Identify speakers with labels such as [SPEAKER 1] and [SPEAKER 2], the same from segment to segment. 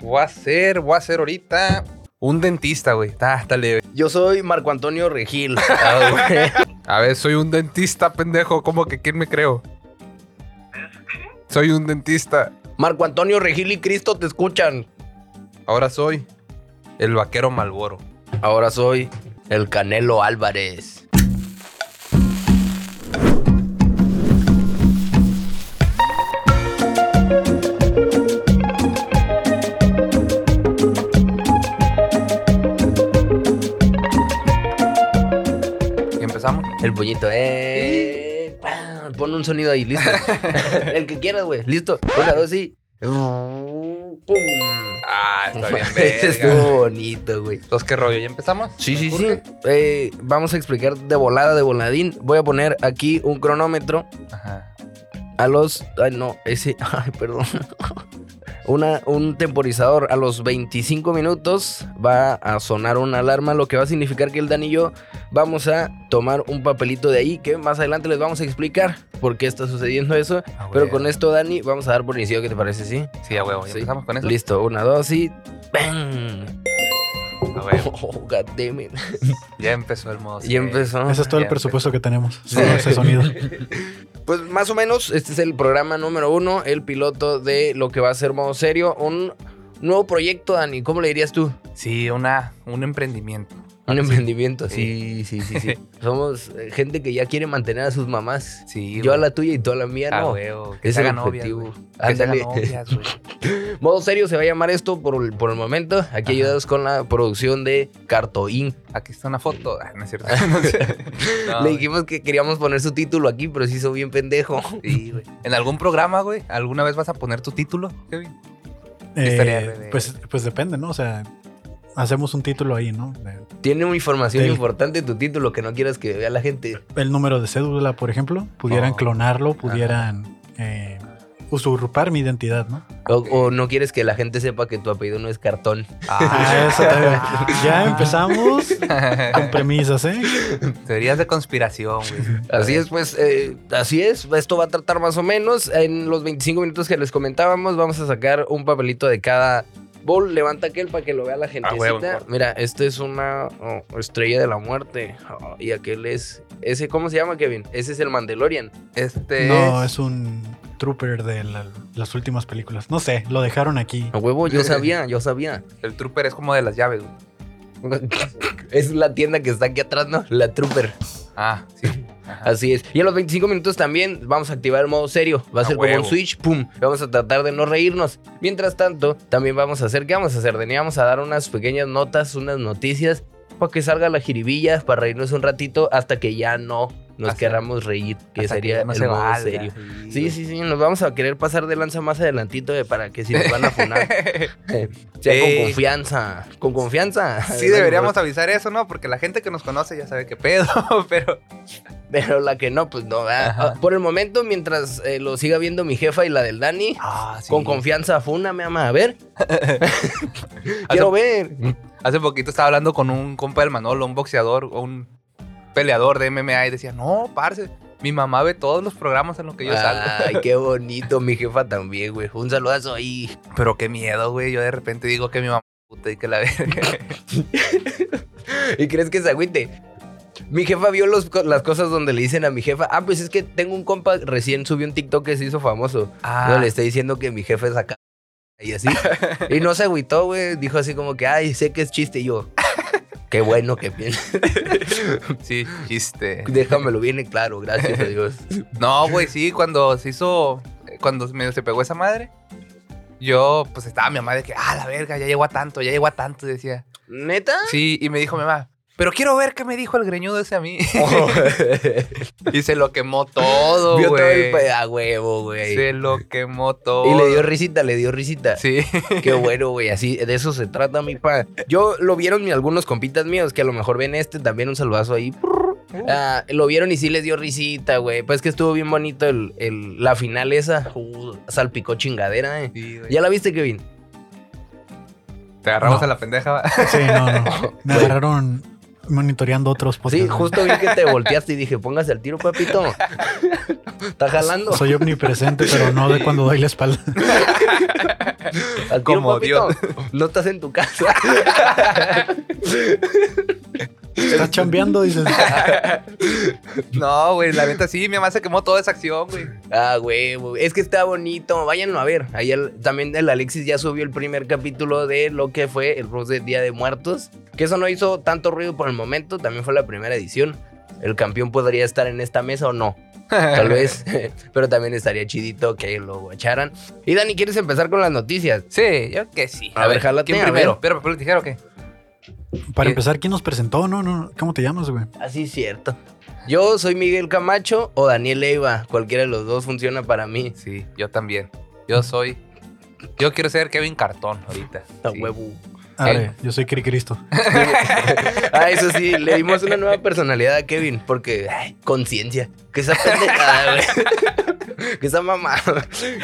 [SPEAKER 1] Voy a hacer, voy a hacer ahorita un dentista, güey. Está, está leve.
[SPEAKER 2] Yo soy Marco Antonio Regil. Ah,
[SPEAKER 1] A ver, soy un dentista, pendejo. ¿Cómo que quién me creo? Soy un dentista.
[SPEAKER 2] Marco Antonio Regil y Cristo te escuchan.
[SPEAKER 1] Ahora soy el vaquero Malboro.
[SPEAKER 2] Ahora soy el Canelo Álvarez.
[SPEAKER 1] Empezamos.
[SPEAKER 2] El puñito, eh. pam, Pon un sonido ahí, listo. el que quieras, güey. Listo. Una, dos y. ¡Pum!
[SPEAKER 1] Ah, está bien,
[SPEAKER 2] Ese
[SPEAKER 1] verga.
[SPEAKER 2] estuvo bonito, güey.
[SPEAKER 1] Entonces, ¿qué rollo? ¿Ya empezamos?
[SPEAKER 2] Sí, sí, sí.
[SPEAKER 1] Urge.
[SPEAKER 2] Eh, vamos a explicar de volada, de voladín. Voy a poner aquí un cronómetro
[SPEAKER 1] Ajá.
[SPEAKER 2] a los. Ay, no, ese. Ay, perdón. Una, un temporizador a los 25 minutos va a sonar una alarma, lo que va a significar que el Dan y yo vamos a tomar un papelito de ahí que más adelante les vamos a explicar por qué está sucediendo eso.
[SPEAKER 1] Ah,
[SPEAKER 2] Pero
[SPEAKER 1] güey.
[SPEAKER 2] con esto, Dani, vamos a dar por iniciado, ¿qué te parece? Sí.
[SPEAKER 1] Sí, a huevo. ¿Ya
[SPEAKER 2] Sí.
[SPEAKER 1] empezamos con eso?
[SPEAKER 2] Listo, una, dos y. ¡Bang!
[SPEAKER 1] A huevo.
[SPEAKER 2] Oh, god damn it.
[SPEAKER 1] Ya empezó el modo.
[SPEAKER 2] Y empezó.
[SPEAKER 3] Ese es todo el
[SPEAKER 1] Ya
[SPEAKER 3] presupuesto que tenemos. Solo ese sonido.
[SPEAKER 2] Pues más o menos, este es el programa número uno, el piloto de lo que va a ser modo serio, un nuevo proyecto, Dani. ¿Cómo le dirías tú?
[SPEAKER 1] Sí, una, un emprendimiento.
[SPEAKER 2] Un emprendimiento,
[SPEAKER 1] Sí.
[SPEAKER 2] sí, sí, sí, sí. Somos eh, gente que ya quiere mantener a sus mamás.
[SPEAKER 1] Sí,
[SPEAKER 2] Yo
[SPEAKER 1] güey. Ah,
[SPEAKER 2] a la tuya y tú a la mía,
[SPEAKER 1] A
[SPEAKER 2] no.
[SPEAKER 1] huevo. Que
[SPEAKER 2] Es
[SPEAKER 1] se
[SPEAKER 2] el
[SPEAKER 1] hagan novias,
[SPEAKER 2] objetivo.
[SPEAKER 1] güey. Que se hagan
[SPEAKER 2] Ándale.
[SPEAKER 1] novias, güey.
[SPEAKER 2] Modo serio se va a llamar esto por el, por el momento. Aquí
[SPEAKER 1] Ajá.
[SPEAKER 2] ayudados con la producción de Cartoín.
[SPEAKER 1] Aquí está una foto. Ah, no es cierto. No sé. No,
[SPEAKER 2] Le
[SPEAKER 1] Ah, güey.
[SPEAKER 2] dijimos que queríamos poner su título aquí, pero se hizo bien pendejo.
[SPEAKER 1] Sí, güey. En algún programa, güey, ¿alguna vez vas a poner tu título, Kevin? Estaría
[SPEAKER 3] Eh,
[SPEAKER 1] re-
[SPEAKER 3] pues, pues depende, ¿no? O sea, hacemos un título ahí, ¿no? De-
[SPEAKER 2] Tiene una información
[SPEAKER 3] Del-
[SPEAKER 2] importante tu título que no quieras que vea la gente.
[SPEAKER 3] El número de cédula, por ejemplo, pudieran
[SPEAKER 1] Oh.
[SPEAKER 3] clonarlo, pudieran eh, usurpar mi identidad, ¿no?
[SPEAKER 2] O, o no quieres que la gente sepa que tu apellido no es cartón.
[SPEAKER 3] Ah, eso también. ya empezamos con
[SPEAKER 1] empezamos.
[SPEAKER 3] premisas, ¿eh?
[SPEAKER 1] Teorías de conspiración, güey.
[SPEAKER 2] Así es, pues, eh, así es. Esto va a tratar más o menos. En los 25 minutos que les comentábamos, vamos a sacar un papelito de cada bowl. Levanta aquel para que lo vea la
[SPEAKER 1] Ah, huevo,
[SPEAKER 2] gentecita.
[SPEAKER 1] importa.
[SPEAKER 2] Mira, este es una oh, estrella de la muerte. Oh, y aquel es. Ese, ¿cómo se llama, Kevin? Ese es el Mandalorian.
[SPEAKER 1] Este
[SPEAKER 3] No,
[SPEAKER 1] es...
[SPEAKER 3] es un trooper de la- las últimas películas. No sé, lo dejaron aquí.
[SPEAKER 2] A huevo, yo sabía, yo sabía.
[SPEAKER 1] El trooper es como de las llaves, güey.
[SPEAKER 2] es la tienda que está aquí atrás, ¿no? La Trooper.
[SPEAKER 1] Ah, sí. Ajá.
[SPEAKER 2] Así es. Y a los 25 minutos también vamos a activar el modo serio. Va a
[SPEAKER 1] A
[SPEAKER 2] ser como
[SPEAKER 1] huevo.
[SPEAKER 2] un switch, pum. Vamos a tratar de no reírnos. Mientras tanto, también vamos a hacer, ¿qué vamos a hacer? Dani? Vamos a dar unas pequeñas notas, unas noticias, para que salga la jiribilla, para reírnos un ratito, hasta que ya no nos
[SPEAKER 1] Hasta-
[SPEAKER 2] querramos reír, que
[SPEAKER 1] Hasta
[SPEAKER 2] sería
[SPEAKER 1] ya no
[SPEAKER 2] el
[SPEAKER 1] se
[SPEAKER 2] modo
[SPEAKER 1] valga.
[SPEAKER 2] serio.
[SPEAKER 1] güey.
[SPEAKER 2] Sí, sí, sí, nos vamos a querer pasar de lanza más adelantito eh, para que si nos van a funar, sea
[SPEAKER 1] Ey.
[SPEAKER 2] con confianza, con confianza.
[SPEAKER 1] Sí, deberíamos avisar eso, ¿no? Porque la gente que nos conoce ya sabe qué pedo, pero...
[SPEAKER 2] Pero la que no, pues no. ¿verdad?
[SPEAKER 1] Ajá.
[SPEAKER 2] Ah, Por el momento, mientras eh, lo siga viendo mi jefa y la del Dani,
[SPEAKER 1] Ah, sí.
[SPEAKER 2] Con confianza, funa, me ama. A ver. Quiero ver.
[SPEAKER 1] Hace Mm, poquito estaba hablando con un compa del Manolo, un boxeador o un peleador de MMA y decía, no, parce, mi mamá ve todos los programas en los que yo
[SPEAKER 2] Ah.
[SPEAKER 1] salgo.
[SPEAKER 2] Ay, qué bonito, mi jefa también, güey. Un saludazo ahí.
[SPEAKER 1] Pero qué miedo, güey. Yo de repente digo que mi mamá es puta y que la verga.
[SPEAKER 2] ¿Y crees que se agüite? Mi jefa vio los co- las cosas donde le dicen a mi jefa, ah, pues es que tengo un compa, recién subió un TikTok que se hizo famoso.
[SPEAKER 1] Ah.
[SPEAKER 2] No, le está diciendo que mi jefe es acá. Y así. Y no se agüitó, güey. Dijo así como que, ay, sé que es chiste. Y yo, qué bueno que piensas.
[SPEAKER 1] sí, chiste.
[SPEAKER 2] Déjamelo bien en claro, gracias a Dios.
[SPEAKER 1] No, güey, sí, cuando se hizo, cuando medio se pegó esa madre, yo, pues estaba mi mamá de que, ah, la verga, ya llegó a tanto, ya llegó a tanto, decía.
[SPEAKER 2] ¿Neta?
[SPEAKER 1] Sí, y me dijo mi mamá, pero quiero ver qué me dijo el greñudo ese a mí.
[SPEAKER 2] Oh,
[SPEAKER 1] y se lo quemó todo,
[SPEAKER 2] Vio todo el
[SPEAKER 1] güey.
[SPEAKER 2] pe- a huevo, güey.
[SPEAKER 1] Se lo quemó todo.
[SPEAKER 2] Y le dio risita, le dio risita.
[SPEAKER 1] Sí.
[SPEAKER 2] Qué bueno, güey. Así, de eso se trata, mi pa. Yo lo vieron mi- algunos compitas míos que a lo mejor ven este también un saludazo ahí. Ah, lo vieron y sí les dio risita, güey. Pues que estuvo bien bonito el, el- la final esa. Uh, salpicó chingadera, eh.
[SPEAKER 1] Sí, güey.
[SPEAKER 2] ¿Ya la viste, Kevin?
[SPEAKER 1] Te agarramos
[SPEAKER 3] No.
[SPEAKER 1] a la pendeja. va.
[SPEAKER 3] Sí, no, no. Me agarraron monitoreando otros podcasts.
[SPEAKER 2] Pues Sí, justo vi que te volteaste y dije, póngase al tiro, papito. Está jalando.
[SPEAKER 3] Soy omnipresente, pero no de cuando doy la espalda.
[SPEAKER 2] Al tiro,
[SPEAKER 1] Como
[SPEAKER 2] papito. No estás en tu casa.
[SPEAKER 3] Estás chambeando, dices.
[SPEAKER 1] No, güey, la neta sí, mi mamá se quemó toda esa acción, güey.
[SPEAKER 2] Ah, güey, güey, es que está bonito. Váyanlo a ver. Ayer también el Alexis ya subió el primer capítulo de lo que fue el roast de Día de Muertos. Que eso no hizo tanto ruido por el momento. También fue la primera edición. El campeón podría estar en esta mesa o no. Tal vez. Pero también estaría chidito que lo guacharan. Y Dani, ¿quieres empezar con las noticias?
[SPEAKER 1] Sí, yo que sí.
[SPEAKER 2] A ver, jálate,
[SPEAKER 1] ¿Quién
[SPEAKER 2] a
[SPEAKER 1] primero?
[SPEAKER 2] ver.
[SPEAKER 1] ¿Piedra, papel o tijera o qué?
[SPEAKER 3] Para
[SPEAKER 1] Eh.
[SPEAKER 3] empezar, ¿quién nos presentó? No, no, no. ¿Cómo te llamas, güey?
[SPEAKER 2] Así es Ah, cierto. Yo soy Miguel Camacho o Daniel Leiva. Cualquiera de los dos funciona para mí.
[SPEAKER 1] Sí, yo también. Yo soy. Yo quiero ser Kevin Cartón ahorita.
[SPEAKER 2] A
[SPEAKER 1] Sí.
[SPEAKER 2] huevo. Eh.
[SPEAKER 3] Arre, yo soy Cri Cristo.
[SPEAKER 2] Ah, eso sí, le dimos una nueva personalidad a Kevin, porque ay, conciencia. Que esa pendejada, güey. Que esa mamá.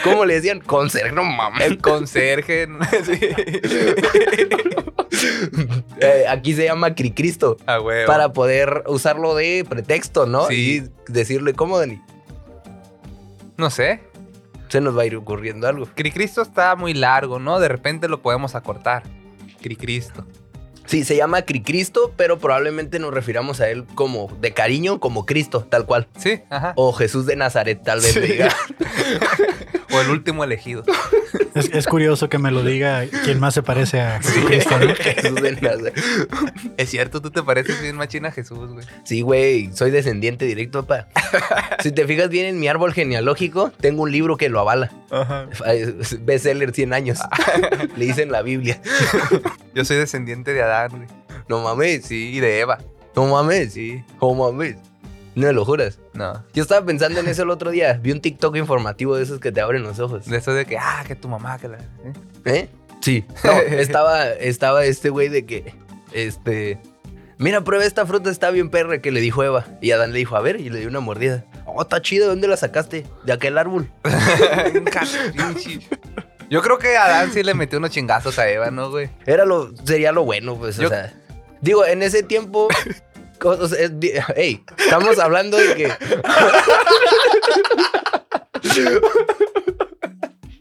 [SPEAKER 2] ¿Cómo le decían? Conserje, no mames.
[SPEAKER 1] El conserje. sí.
[SPEAKER 2] Eh, aquí se llama Cricristo.
[SPEAKER 1] A huevo.
[SPEAKER 2] Para poder usarlo de pretexto, ¿no?
[SPEAKER 1] Sí.
[SPEAKER 2] Y decirle cómo, Dani.
[SPEAKER 1] No sé.
[SPEAKER 2] Se nos va a ir ocurriendo algo.
[SPEAKER 1] Cricristo está muy largo, ¿no? De repente lo podemos acortar. Cricristo.
[SPEAKER 2] Sí, se llama Cricristo, pero probablemente nos refiramos a él como de cariño, como Cristo, tal cual.
[SPEAKER 1] Sí, ajá.
[SPEAKER 2] O Jesús de Nazaret, tal vez
[SPEAKER 1] Sí.
[SPEAKER 2] le diga.
[SPEAKER 1] O el último elegido.
[SPEAKER 3] Es, es curioso que me lo diga quien más se parece a Cristo, ¿no?
[SPEAKER 2] Jesús de Nazaret.
[SPEAKER 1] Es cierto, tú te pareces bien machina a Jesús, güey.
[SPEAKER 2] Sí, güey, soy descendiente directo, papá. si te fijas bien en mi árbol genealógico, tengo un libro que lo avala.
[SPEAKER 1] Ajá.
[SPEAKER 2] Es Bestseller 100 años. Le dicen la Biblia.
[SPEAKER 1] Yo soy descendiente de Adán, güey.
[SPEAKER 2] No mames,
[SPEAKER 1] Sí, y de Eva.
[SPEAKER 2] no mames,
[SPEAKER 1] Sí.
[SPEAKER 2] no mames. No me lo juras.
[SPEAKER 1] No.
[SPEAKER 2] Yo estaba pensando en eso el otro día. Vi un TikTok informativo de esos que te abren los ojos.
[SPEAKER 1] De eso de que, ah, que tu mamá, que la. ¿eh?
[SPEAKER 2] ¿Eh? Sí. No, estaba, estaba este güey de que, este... Mira, prueba esta fruta, está bien perra, que le dijo Eva. Y Adán le dijo, a ver, y le dio una mordida. Oh, está chido, ¿de dónde la sacaste? De aquel árbol.
[SPEAKER 1] ¿eh? Yo creo que Adán sí le metió unos chingazos a Eva, ¿no, güey?
[SPEAKER 2] Era lo, sería lo bueno, pues, o
[SPEAKER 1] Yo-
[SPEAKER 2] sea. Digo, en ese tiempo. o sea, es di- ey, estamos hablando de que.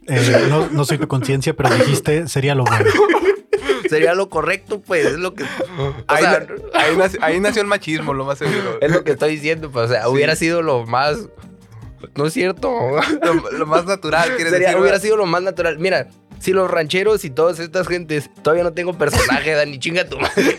[SPEAKER 3] Eh, no, no soy tu conciencia, pero dijiste sería lo bueno.
[SPEAKER 2] Sería lo correcto, pues. Es lo que. o
[SPEAKER 1] Ahí,
[SPEAKER 2] sea,
[SPEAKER 1] na- ahí nació, ahí nació el machismo, lo más seguro.
[SPEAKER 2] es lo que estoy diciendo, pues. O sea, hubiera sido lo más. No es cierto.
[SPEAKER 1] Lo, lo más natural, quieres
[SPEAKER 2] Sería-
[SPEAKER 1] decir.
[SPEAKER 2] hubiera
[SPEAKER 1] güey.
[SPEAKER 2] sido lo más natural. Mira, si los rancheros y todas estas gentes todavía no tengo personaje, Dani, chinga tu madre.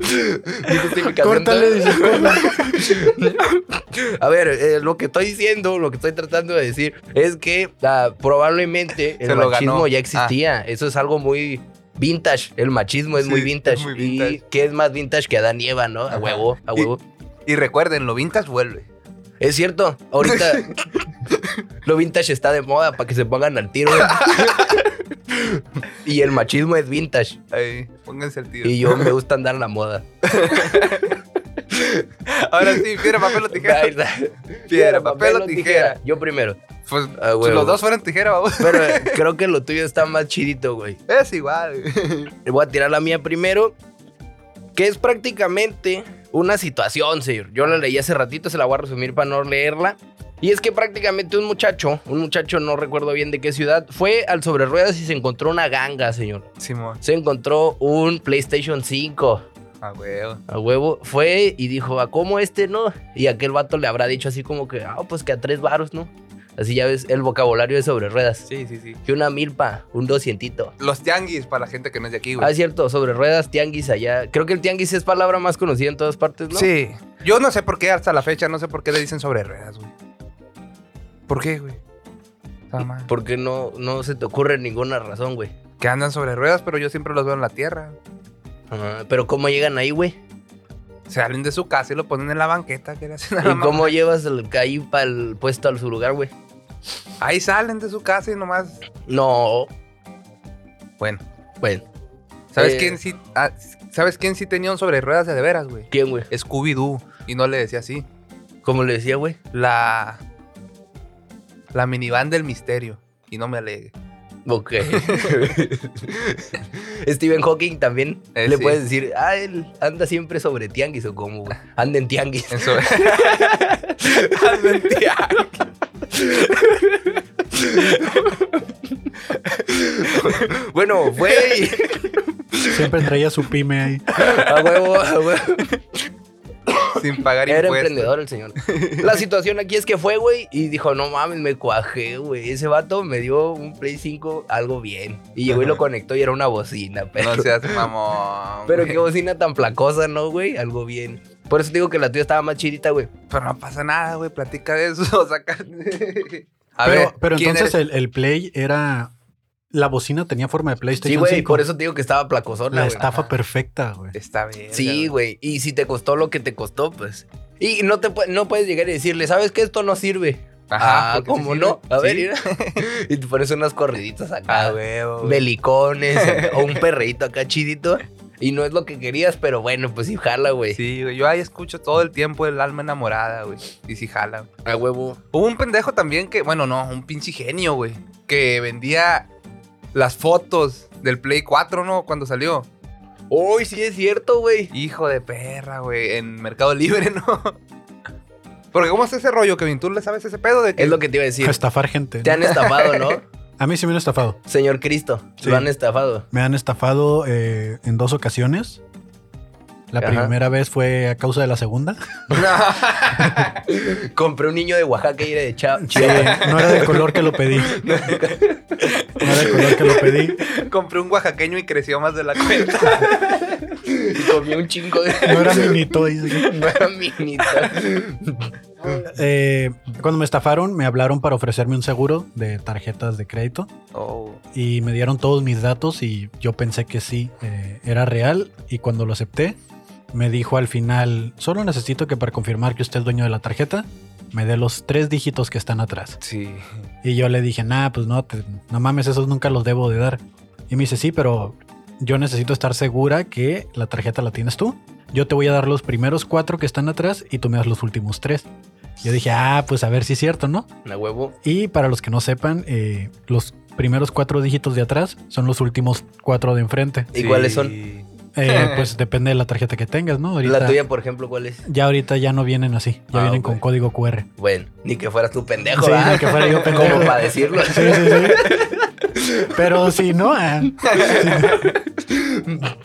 [SPEAKER 2] este Mi justificación
[SPEAKER 3] Córtale, dices, córtale.
[SPEAKER 2] A ver, eh, lo que estoy diciendo, lo que estoy tratando de decir, es que ah, probablemente el
[SPEAKER 1] Se lo
[SPEAKER 2] machismo
[SPEAKER 1] ganó. Ah.
[SPEAKER 2] ya existía. Eso es algo muy vintage. El machismo es
[SPEAKER 1] Sí,
[SPEAKER 2] muy
[SPEAKER 1] es
[SPEAKER 2] vintage.
[SPEAKER 1] muy vintage.
[SPEAKER 2] Y que es más vintage que Adán y Eva, ¿no? A
[SPEAKER 1] Ajá.
[SPEAKER 2] huevo, a
[SPEAKER 1] Y-
[SPEAKER 2] huevo.
[SPEAKER 1] Y recuerden, lo vintage vuelve.
[SPEAKER 2] Es cierto, ahorita lo vintage está de moda para que se pongan al tiro. y el machismo es vintage.
[SPEAKER 1] Ahí, pónganse el tiro.
[SPEAKER 2] Y yo me gusta andar en la moda.
[SPEAKER 1] Ahora sí, piedra, papel o tijera.
[SPEAKER 2] Ahí está.
[SPEAKER 1] Piedra, papel o tijera.
[SPEAKER 2] Yo primero.
[SPEAKER 1] Pues
[SPEAKER 2] Ah,
[SPEAKER 1] si
[SPEAKER 2] huevo.
[SPEAKER 1] los dos fueron tijera, vamos.
[SPEAKER 2] Pero eh, creo que lo tuyo está más chidito, güey.
[SPEAKER 1] Es igual. güey.
[SPEAKER 2] Le Voy a tirar la mía primero, que es prácticamente una situación, señor. Yo la leí hace ratito, se la voy a resumir para no leerla. Y es que prácticamente un muchacho, un muchacho no recuerdo bien de qué ciudad, fue al sobre ruedas y se encontró una ganga, señor.
[SPEAKER 1] Simón.
[SPEAKER 2] Se encontró un PlayStation 5
[SPEAKER 1] A Ah, huevo.
[SPEAKER 2] a huevo. Fue y dijo, ¿a cómo este no? Y aquel vato le habrá dicho así como que, ah, pues que a tres varos, ¿no? Así ya ves el vocabulario de sobre ruedas.
[SPEAKER 1] Sí, sí, sí.
[SPEAKER 2] Que una milpa, un doscientito.
[SPEAKER 1] Los tianguis para la gente que no es de aquí,
[SPEAKER 2] Ah,
[SPEAKER 1] güey.
[SPEAKER 2] es cierto, sobre ruedas, tianguis allá. Creo que el tianguis es palabra más conocida en todas partes, ¿no?
[SPEAKER 1] Sí. Yo no sé por qué hasta la fecha, no sé por qué le dicen sobre ruedas, güey. ¿Por qué, güey? Esa madre.
[SPEAKER 2] Porque no, no se te ocurre ninguna razón, güey.
[SPEAKER 1] Que andan sobre ruedas, pero yo siempre los veo en la tierra.
[SPEAKER 2] Ah, pero ¿cómo llegan ahí, güey?
[SPEAKER 1] Se salen de su casa y lo ponen en la banqueta. Que le hacen a la
[SPEAKER 2] ¿Y
[SPEAKER 1] mamá.
[SPEAKER 2] cómo llevas el, ahí para el puesto al su lugar, güey?
[SPEAKER 1] Ahí salen de su casa y nomás.
[SPEAKER 2] No,
[SPEAKER 1] Bueno,
[SPEAKER 2] bueno,
[SPEAKER 1] ¿sabes
[SPEAKER 2] Eh.
[SPEAKER 1] quién sí? ah, ¿Sabes quién sí tenía un sobre ruedas de de veras, güey?
[SPEAKER 2] ¿quién, güey?
[SPEAKER 1] Scooby-Doo. Y no le decía así.
[SPEAKER 2] ¿Cómo le decía, güey?
[SPEAKER 1] La. La minivan del misterio. Y no me alegue.
[SPEAKER 2] Ok. Stephen Hawking también.
[SPEAKER 1] Eh,
[SPEAKER 2] le
[SPEAKER 1] sí.
[SPEAKER 2] puedes decir, ah, él anda siempre sobre tianguis o como, güey. Anda en tianguis.
[SPEAKER 1] Eso-
[SPEAKER 2] anda en tianguis. bueno, güey.
[SPEAKER 3] Siempre traía su pyme ahí.
[SPEAKER 1] Ah,
[SPEAKER 2] A huevo, a huevo.
[SPEAKER 1] sin pagar
[SPEAKER 2] Era
[SPEAKER 1] impuestos.
[SPEAKER 2] emprendedor el señor. La situación aquí es que fue, güey, y dijo, no mames, me cuajé, güey. Ese vato me dio un Play 5, algo bien. Y llegó y lo
[SPEAKER 1] Ajá.
[SPEAKER 2] conectó y era una bocina, pero...
[SPEAKER 1] No seas mamón.
[SPEAKER 2] pero
[SPEAKER 1] güey.
[SPEAKER 2] qué bocina tan flacosa, ¿no, güey? Algo bien. Por eso te digo que la tuya estaba más chidita, güey.
[SPEAKER 1] Pero no pasa nada, güey. Platica de eso. Saca. A
[SPEAKER 3] pero,
[SPEAKER 1] ver,
[SPEAKER 3] pero
[SPEAKER 1] ¿quién
[SPEAKER 3] entonces
[SPEAKER 1] eres?
[SPEAKER 3] el, el Play era. La bocina tenía forma de
[SPEAKER 2] Sí,
[SPEAKER 3] PlayStation
[SPEAKER 2] güey,
[SPEAKER 3] 5.
[SPEAKER 2] por eso te digo que estaba placosona,
[SPEAKER 3] La
[SPEAKER 2] güey.
[SPEAKER 3] estafa perfecta, güey.
[SPEAKER 1] Está bien.
[SPEAKER 2] Sí, güey. Y si te costó lo que te costó, pues... Y no, te, pu- no puedes llegar y decirle, ¿sabes qué? Esto no sirve.
[SPEAKER 1] Ajá,
[SPEAKER 2] ah,
[SPEAKER 1] porque
[SPEAKER 2] ¿cómo
[SPEAKER 1] sí,
[SPEAKER 2] no?
[SPEAKER 1] güey.
[SPEAKER 2] A ver,
[SPEAKER 1] Sí. Ah,
[SPEAKER 2] mira. Ah, y te pones unas corriditas acá,
[SPEAKER 1] A
[SPEAKER 2] güey.
[SPEAKER 1] huevo. güey.
[SPEAKER 2] belicones o un perreíto acá chidito. Y no es lo que querías, pero bueno, pues sí, jala, güey.
[SPEAKER 1] Sí, güey. Yo ahí escucho todo el tiempo el alma enamorada, güey. Y si jala. güey.
[SPEAKER 2] A huevo.
[SPEAKER 1] Hubo un pendejo también que, bueno, no, un pinche genio, güey. Que vendía las fotos del Play 4, ¿no? Cuando salió.
[SPEAKER 2] Uy, sí es cierto, güey.
[SPEAKER 1] Hijo de perra, güey. En Mercado Libre, ¿no? Porque ¿cómo es ese rollo, Kevin? ¿Tú le sabes ese pedo de que...
[SPEAKER 2] Es lo que te iba a decir.
[SPEAKER 3] Estafar gente.
[SPEAKER 2] Te han estafado, ¿no?
[SPEAKER 3] A mí sí me han estafado.
[SPEAKER 2] Señor Cristo,
[SPEAKER 3] Sí.
[SPEAKER 2] lo han estafado.
[SPEAKER 3] Me han estafado eh, en dos ocasiones. La
[SPEAKER 2] Ajá.
[SPEAKER 3] primera vez fue a causa de la segunda.
[SPEAKER 2] Compré un niño de Oaxaca y era de Chao.
[SPEAKER 3] Sí, no era del color que lo pedí. No era del color que lo pedí.
[SPEAKER 1] Compré un oaxaqueño y creció más de la cuenta.
[SPEAKER 2] Y comí un chingo de...
[SPEAKER 3] No era mini toys.
[SPEAKER 2] No era minita.
[SPEAKER 3] Eh, cuando me estafaron, me hablaron para ofrecerme un seguro de tarjetas de crédito
[SPEAKER 1] Oh.
[SPEAKER 3] y me dieron todos mis datos y yo pensé que sí, eh, era real y cuando lo acepté, me dijo al final, solo necesito que para confirmar que usted es dueño de la tarjeta, me dé los tres dígitos que están atrás.
[SPEAKER 1] Sí.
[SPEAKER 3] Y yo le dije, nah, pues no, te- no mames, esos nunca los debo de dar. Y me dice, sí, pero yo necesito estar segura que la tarjeta la tienes tú. Yo te voy a dar los primeros cuatro que están atrás y tú me das los últimos tres. Yo dije, ah, pues a ver si es cierto, ¿no?
[SPEAKER 2] A huevo.
[SPEAKER 3] Y para los que no sepan, eh, los primeros cuatro dígitos de atrás son los últimos cuatro de enfrente.
[SPEAKER 2] ¿Y cuáles son?
[SPEAKER 3] Eh, pues depende de la tarjeta que tengas, ¿no? Ahorita,
[SPEAKER 2] La tuya, por ejemplo, ¿cuál es?
[SPEAKER 3] Ya ahorita ya no vienen así, ya
[SPEAKER 2] Ah,
[SPEAKER 3] vienen
[SPEAKER 2] ok.
[SPEAKER 3] con código QR.
[SPEAKER 2] Bueno, ni que fueras tú pendejo,
[SPEAKER 3] Sí,
[SPEAKER 2] ¿verdad?
[SPEAKER 3] ni que fuera yo pendejo.
[SPEAKER 2] Como para decirlo.
[SPEAKER 3] Sí, sí, sí. Pero si no. ah.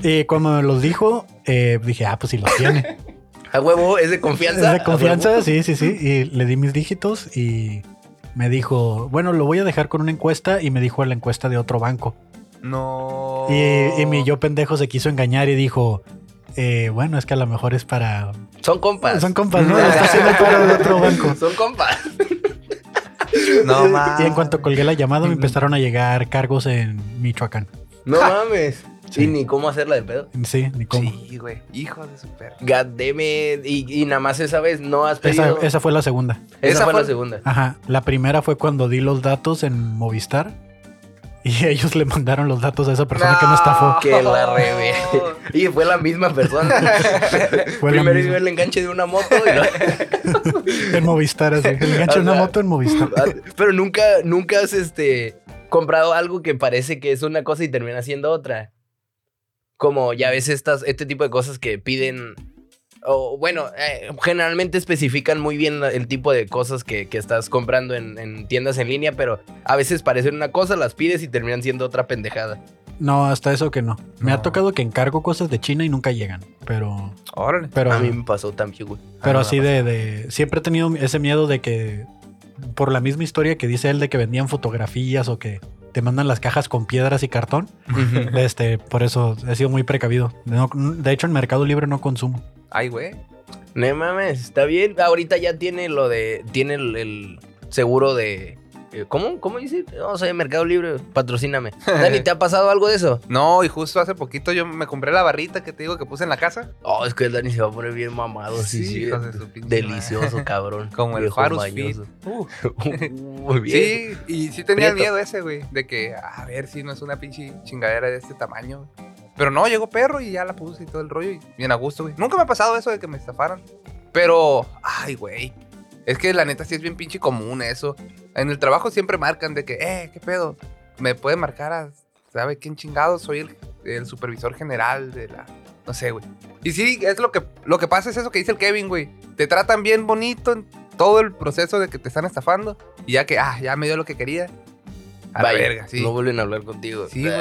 [SPEAKER 3] Y cuando me los dijo, eh, dije, ah, pues si los tiene.
[SPEAKER 2] A huevo, es de confianza.
[SPEAKER 3] Es de
[SPEAKER 2] A
[SPEAKER 3] confianza, sí, sí, sí. Y le di mis dígitos y me dijo, bueno, lo voy a dejar con una encuesta y me dijo la encuesta de otro banco.
[SPEAKER 1] No.
[SPEAKER 3] Y, y mi yo pendejo se quiso engañar y dijo, eh, bueno, es que a lo mejor es para...
[SPEAKER 2] huevo. Son compas.
[SPEAKER 3] Son compas, ¿no? Está haciendo el paro de otro banco.
[SPEAKER 2] Son compas.
[SPEAKER 1] No
[SPEAKER 3] Y
[SPEAKER 1] mames.
[SPEAKER 3] en cuanto colgué la llamada me empezaron a llegar cargos en Michoacán.
[SPEAKER 2] No mames.
[SPEAKER 3] Sí.
[SPEAKER 2] Y ni cómo hacerla de pedo.
[SPEAKER 3] Sí, ni cómo.
[SPEAKER 1] Sí, güey. Hijo de su perra.
[SPEAKER 2] God damn it. Y, y nada más esa vez no has
[SPEAKER 3] Esa,
[SPEAKER 2] pedido. Esa,
[SPEAKER 3] esa fue la segunda.
[SPEAKER 1] esa
[SPEAKER 2] fue
[SPEAKER 1] fue-
[SPEAKER 2] la segunda.
[SPEAKER 3] Ajá, la primera fue cuando di los datos en Movistar y ellos le mandaron los datos a esa persona que me estafó.
[SPEAKER 2] Que la
[SPEAKER 3] Ah.
[SPEAKER 2] reve. Y fue la misma persona.
[SPEAKER 3] Fue la
[SPEAKER 2] Primero
[SPEAKER 3] misma.
[SPEAKER 2] hizo el enganche de una moto. y luego-
[SPEAKER 3] En Movistar, así. El gancho de una
[SPEAKER 2] O sea,
[SPEAKER 3] moto en Movistar.
[SPEAKER 2] Ah, Pero nunca, nunca has este, comprado algo que parece que es una cosa y termina siendo otra. Como ya ves estas, este tipo de cosas que piden. O bueno, eh, generalmente especifican muy bien la- el tipo de cosas que, que estás comprando en, en tiendas en línea, pero a veces parecen una cosa, las pides y terminan siendo otra pendejada.
[SPEAKER 3] No, hasta eso que no. Me
[SPEAKER 1] No.
[SPEAKER 3] ha tocado que encargo cosas de China y nunca llegan. Pero,
[SPEAKER 1] Órale.
[SPEAKER 3] pero,
[SPEAKER 2] a mí me pasó también, güey.
[SPEAKER 3] pero
[SPEAKER 1] Ah,
[SPEAKER 3] así
[SPEAKER 1] no,
[SPEAKER 3] de, de- Siempre he tenido ese miedo de que. Por la misma historia que dice él de que vendían fotografías o que te mandan las cajas con piedras y cartón. Este, por eso he sido muy precavido. No- de hecho, en Mercado Libre no consumo.
[SPEAKER 1] Ay, güey.
[SPEAKER 2] No mames, está bien. Ahorita ya tiene lo de. Tiene el, el seguro de. eh, ¿Cómo? ¿Cómo dice? No sé, Mercado Libre, patrocíname. Dani, ¿te ha pasado algo de eso?
[SPEAKER 1] No, y justo hace poquito yo me compré la barrita que te digo que puse en la casa.
[SPEAKER 2] Oh, es que el Dani se va a poner bien mamado. Sí,
[SPEAKER 1] Sí,
[SPEAKER 2] sí.
[SPEAKER 1] hijos de su pinche
[SPEAKER 2] Delicioso, cabrón.
[SPEAKER 1] Como el
[SPEAKER 2] Viejo
[SPEAKER 1] Farus
[SPEAKER 2] mañoso.
[SPEAKER 1] Uh,
[SPEAKER 2] Muy bien.
[SPEAKER 1] sí, y sí tenía
[SPEAKER 2] Prieto.
[SPEAKER 1] miedo ese, güey. De que, a ver si no es una pinche chingadera de este tamaño. Pero no, llegó perro y ya la puse y todo el rollo. Y bien a gusto, güey. Nunca me ha pasado eso de que me estafaran. Pero, ay, güey. Es que la neta sí es bien pinche común eso. En el trabajo siempre marcan de que, eh, ¿qué pedo? Me puede marcar a, ¿sabe quién chingado? Soy el el supervisor general de la. No sé, güey. Y sí, es lo que, lo que pasa es eso que dice el Kevin, güey. Te tratan bien bonito en todo el proceso de que te están estafando. Y ya que, ah, ya me dio lo que quería. A la
[SPEAKER 2] Vaya,
[SPEAKER 1] verga, sí.
[SPEAKER 2] No vuelven a hablar contigo.
[SPEAKER 1] Sí, güey.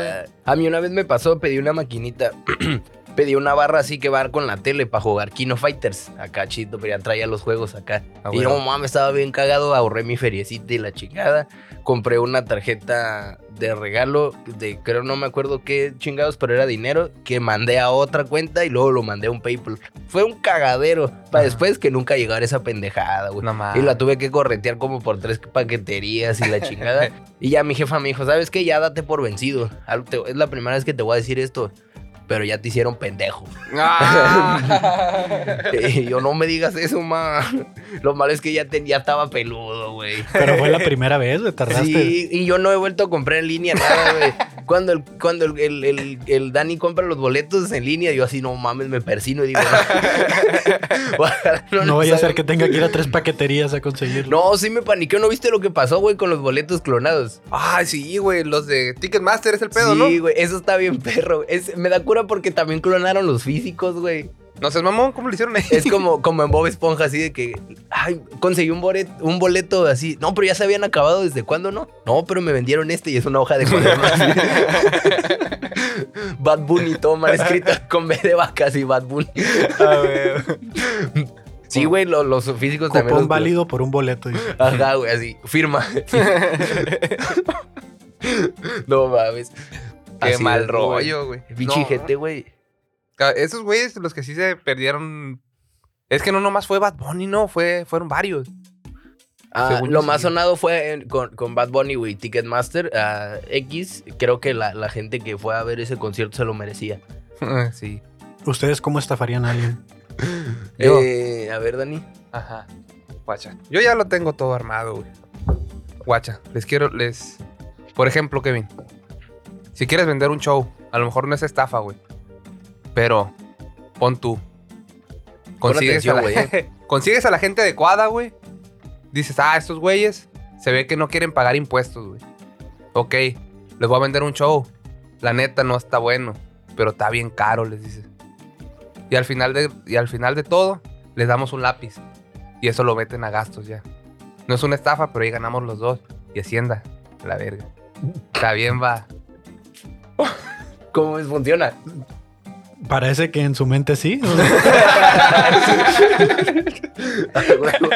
[SPEAKER 2] A mí una vez me pasó, pedí una maquinita. pedí una barra así que bar con la tele para jugar Kino Fighters. Acá chito, pero ya traía los juegos acá.
[SPEAKER 1] Ah,
[SPEAKER 2] y
[SPEAKER 1] bueno.
[SPEAKER 2] no mames, estaba bien cagado. Ahorré mi feriecita y la chingada. Compré una tarjeta de regalo de creo no me acuerdo qué chingados, pero era dinero que mandé a otra cuenta y luego lo mandé a un PayPal. Fue un cagadero para
[SPEAKER 1] Ajá.
[SPEAKER 2] después que nunca llegara esa pendejada, güey.
[SPEAKER 1] No mames.
[SPEAKER 2] Y
[SPEAKER 3] Ah.
[SPEAKER 2] la tuve que corretear como por tres paqueterías y la chingada. y ya mi jefa me dijo, ¿sabes qué? Ya date por vencido. Al- te- Es la primera vez que te voy a decir esto, pero ya te hicieron pendejo.
[SPEAKER 1] Ah.
[SPEAKER 2] y yo, no me digas eso, ma. Lo malo es que ya, te- ya estaba peludo, güey.
[SPEAKER 3] Pero fue la primera vez, güey, tardaste.
[SPEAKER 2] Sí, y yo no he vuelto a comprar en línea nada, güey. Cuando, el, cuando el, el- el- el Dani compra los boletos en línea, yo así, no mames, me persino y digo, no, Ojalá
[SPEAKER 3] no,
[SPEAKER 2] nos
[SPEAKER 3] vaya a ser
[SPEAKER 2] hagan-
[SPEAKER 3] que tenga que ir a tres paqueterías a conseguirlo.
[SPEAKER 2] No, sí me paniqueo. ¿No viste lo que pasó, güey, con los boletos clonados?
[SPEAKER 1] Ay, sí, güey. Los de Ticketmaster es el pedo,
[SPEAKER 2] sí,
[SPEAKER 1] ¿no?
[SPEAKER 2] güey, eso está bien perro. Es, me da cura porque también clonaron los físicos, güey.
[SPEAKER 1] No sé, mamón, ¿cómo lo hicieron ahí?
[SPEAKER 2] Es como, como en Bob Esponja, así de que, ay, conseguí un, bolet- un boleto así. No, pero ya se habían acabado, ¿desde cuándo no? No, pero me vendieron este y es una hoja de cuaderno. así. Bad Bunny, todo mal escrito, con B de vacas y Bad Bunny. Sí, güey, lo- los físicos pues, también.
[SPEAKER 3] Cupón
[SPEAKER 2] los-
[SPEAKER 3] válido por un boleto. dice.
[SPEAKER 2] Ajá, güey, así, firma. no mames.
[SPEAKER 1] Qué
[SPEAKER 2] Así
[SPEAKER 1] mal
[SPEAKER 2] es, güey.
[SPEAKER 1] rollo, güey.
[SPEAKER 2] Pinche
[SPEAKER 1] No.
[SPEAKER 2] gente, güey.
[SPEAKER 1] Ca- Esos güeyes, los que sí se perdieron. Es que no nomás fue Bad Bunny, no, fue, fueron varios.
[SPEAKER 2] Ah,
[SPEAKER 1] Según
[SPEAKER 2] lo
[SPEAKER 1] yo,
[SPEAKER 2] más
[SPEAKER 1] sí.
[SPEAKER 2] sonado fue en- con, con Bad Bunny, güey, Ticketmaster, ah, X. Creo que la, la gente que fue a ver ese concierto se lo merecía.
[SPEAKER 1] Ah, sí.
[SPEAKER 3] ¿Ustedes cómo estafarían a alguien?
[SPEAKER 1] Yo.
[SPEAKER 2] Eh, a ver, Dani.
[SPEAKER 1] Ajá. Guacha. Yo ya lo tengo todo armado, güey. Guacha, les quiero, les. Por ejemplo, Kevin. Si quieres vender un show, a lo mejor no es estafa, güey. Pero, pon tú. Consigues,
[SPEAKER 2] atención,
[SPEAKER 1] a, la, consigues a la gente adecuada, güey. Dices, ah, estos güeyes se ve que no quieren pagar impuestos, güey. Ok, les voy a vender un show. La neta no está bueno, pero está bien caro, les dices. Y al final de, y al final de todo, les damos un lápiz. Y eso lo meten a gastos ya. No es una estafa, pero ahí ganamos los dos. Y Hacienda, a la verga. Está bien, va.
[SPEAKER 2] ¿Cómo es- funciona?
[SPEAKER 3] Parece que en su mente sí. o sea,
[SPEAKER 2] A huevo,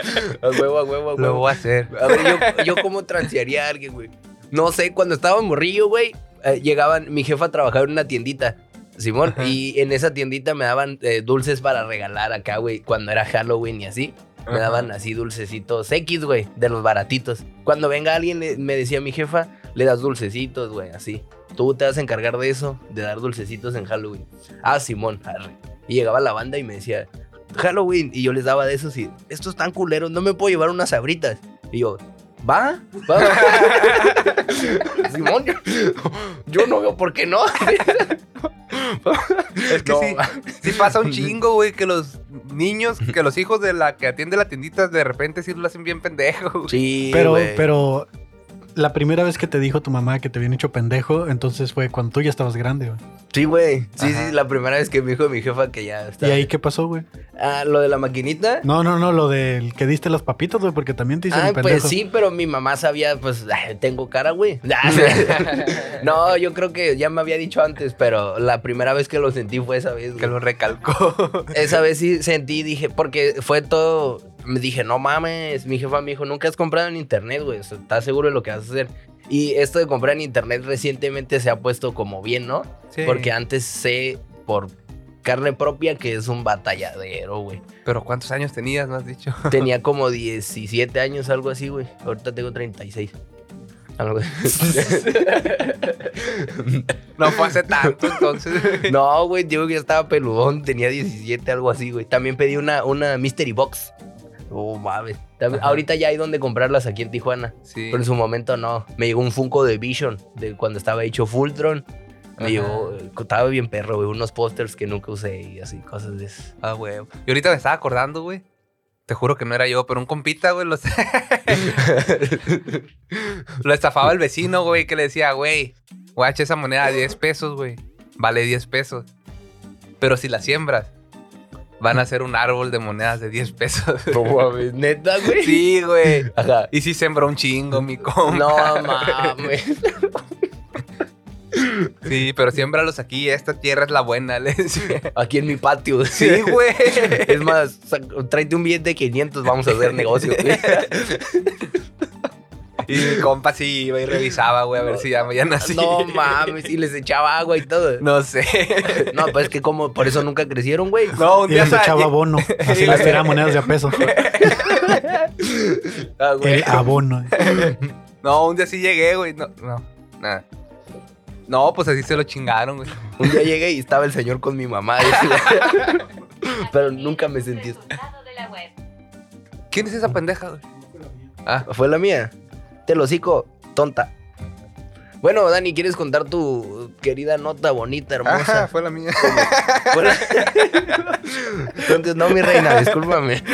[SPEAKER 2] a huevo, a huevo. a
[SPEAKER 1] Lo
[SPEAKER 2] huevo.
[SPEAKER 1] voy a hacer.
[SPEAKER 2] A ver, yo, yo cómo transearía a alguien, güey. No sé, cuando estaba morrillo, güey, eh, llegaban, mi jefa trabajaba en una tiendita, Simón, y en esa tiendita me daban eh, dulces para regalar acá, güey, cuando era Halloween y así. Me
[SPEAKER 1] Ajá.
[SPEAKER 2] daban así dulcecitos X, güey, de los baratitos. Cuando venga alguien, le- me decía mi jefa, le das dulcecitos, güey, así. Tú te vas a encargar de eso, de dar dulcecitos en Halloween. Ah, Simón, arre. Y llegaba la banda y me decía, Halloween. Y yo les daba de esos y, estos tan culeros, no me puedo llevar unas sabritas. Y yo, ¿va? ¿Va? Simón, yo, yo no veo por qué no.
[SPEAKER 1] Es que
[SPEAKER 2] No,
[SPEAKER 1] sí, sí pasa un chingo, güey, que los niños, que los hijos de la que atiende la tiendita de repente sí lo hacen bien pendejo. güey.
[SPEAKER 2] Sí,
[SPEAKER 3] pero,
[SPEAKER 2] güey.
[SPEAKER 3] pero la primera vez que te dijo tu mamá que te habían hecho pendejo, entonces fue cuando tú ya estabas grande, güey.
[SPEAKER 2] Sí, güey. Sí,
[SPEAKER 1] Ajá.
[SPEAKER 2] sí, la primera vez que me dijo mi jefa que ya está.
[SPEAKER 3] ¿Y ahí qué pasó, güey?
[SPEAKER 2] Ah, lo de la maquinita.
[SPEAKER 3] No, no, no, lo del que diste las papitas, güey, porque también te hicieron
[SPEAKER 2] Ah,
[SPEAKER 3] pendejo.
[SPEAKER 2] pues sí, pero mi mamá sabía, pues, "Ay, tengo cara, güey. no, yo creo que ya me había dicho antes, pero la primera vez que lo sentí fue esa vez,
[SPEAKER 1] Que
[SPEAKER 2] güey.
[SPEAKER 1] lo recalcó.
[SPEAKER 2] Esa vez sí sentí, dije, porque fue todo. Me dije, no mames, mi jefa me dijo, nunca has comprado en internet, güey. o sea, ¿Estás seguro de lo que vas a hacer? Y esto de comprar en internet recientemente se ha puesto como bien, ¿no?
[SPEAKER 1] Sí.
[SPEAKER 2] Porque antes sé por carne propia que es un batalladero, güey.
[SPEAKER 1] Pero ¿cuántos años tenías? No has dicho.
[SPEAKER 2] Tenía como 17 años, algo así, güey. Ahorita tengo 36. Algo así.
[SPEAKER 1] No fue hace tanto, entonces.
[SPEAKER 2] no, güey, digo que ya estaba peludón, tenía 17, algo así, güey. También pedí una, una Mystery Box. Oh, mames. También-
[SPEAKER 1] Ajá.
[SPEAKER 2] ahorita ya hay donde comprarlas aquí en Tijuana.
[SPEAKER 1] Sí.
[SPEAKER 2] Pero en su momento no. Me llegó un Funko de Vision, de cuando estaba hecho Fultron. Me
[SPEAKER 1] Ajá.
[SPEAKER 2] llegó, eh, estaba bien perro, güey. Unos pósters que nunca usé y así, cosas de eso.
[SPEAKER 1] Ah, güey. Y ahorita me estaba acordando, güey. Te juro que no era yo, pero un compita, güey, los- lo estafaba el vecino, güey, que le decía, güey, guacha esa moneda de 10 pesos, güey. vale 10 pesos. Pero si la siembras, van a ser un árbol de monedas de 10 pesos.
[SPEAKER 2] No mames, neta, güey.
[SPEAKER 1] sí, güey.
[SPEAKER 2] Ajá.
[SPEAKER 1] Y si sembra un chingo, mi compa.
[SPEAKER 2] No mames.
[SPEAKER 1] Sí, pero siémbralos aquí, esta tierra es la buena, le decía.
[SPEAKER 2] Aquí en mi patio.
[SPEAKER 1] Sí, güey.
[SPEAKER 2] Es más, sac- tráete un billete de 500, vamos a hacer negocio. güey.
[SPEAKER 1] Y mi compa sí iba y revisaba, güey, a ver si ya, ya nací.
[SPEAKER 2] No mames, y les echaba agua y todo.
[SPEAKER 1] No sé.
[SPEAKER 2] No, pues es que como, por eso nunca crecieron, güey.
[SPEAKER 1] No, un
[SPEAKER 3] Y
[SPEAKER 1] día
[SPEAKER 3] les
[SPEAKER 1] sa-
[SPEAKER 3] echaba
[SPEAKER 1] lle-
[SPEAKER 3] abono. Así les tiraba monedas de a peso.
[SPEAKER 2] Ah, güey.
[SPEAKER 1] Eh,
[SPEAKER 3] El abono.
[SPEAKER 1] No, un día sí llegué, güey. No, no, nada. No, pues así se lo chingaron, güey.
[SPEAKER 2] Un día llegué y estaba el señor con mi mamá. decía. Pero nunca me sentí.
[SPEAKER 1] ¿Quién es esa pendeja, güey? Ah,
[SPEAKER 2] Fue la mía. Te lo hocico, tonta. Bueno, Dani, ¿quieres contar tu querida nota bonita, hermosa?
[SPEAKER 1] ajá, fue la mía.
[SPEAKER 2] Bueno, Entonces, no, mi reina, discúlpame.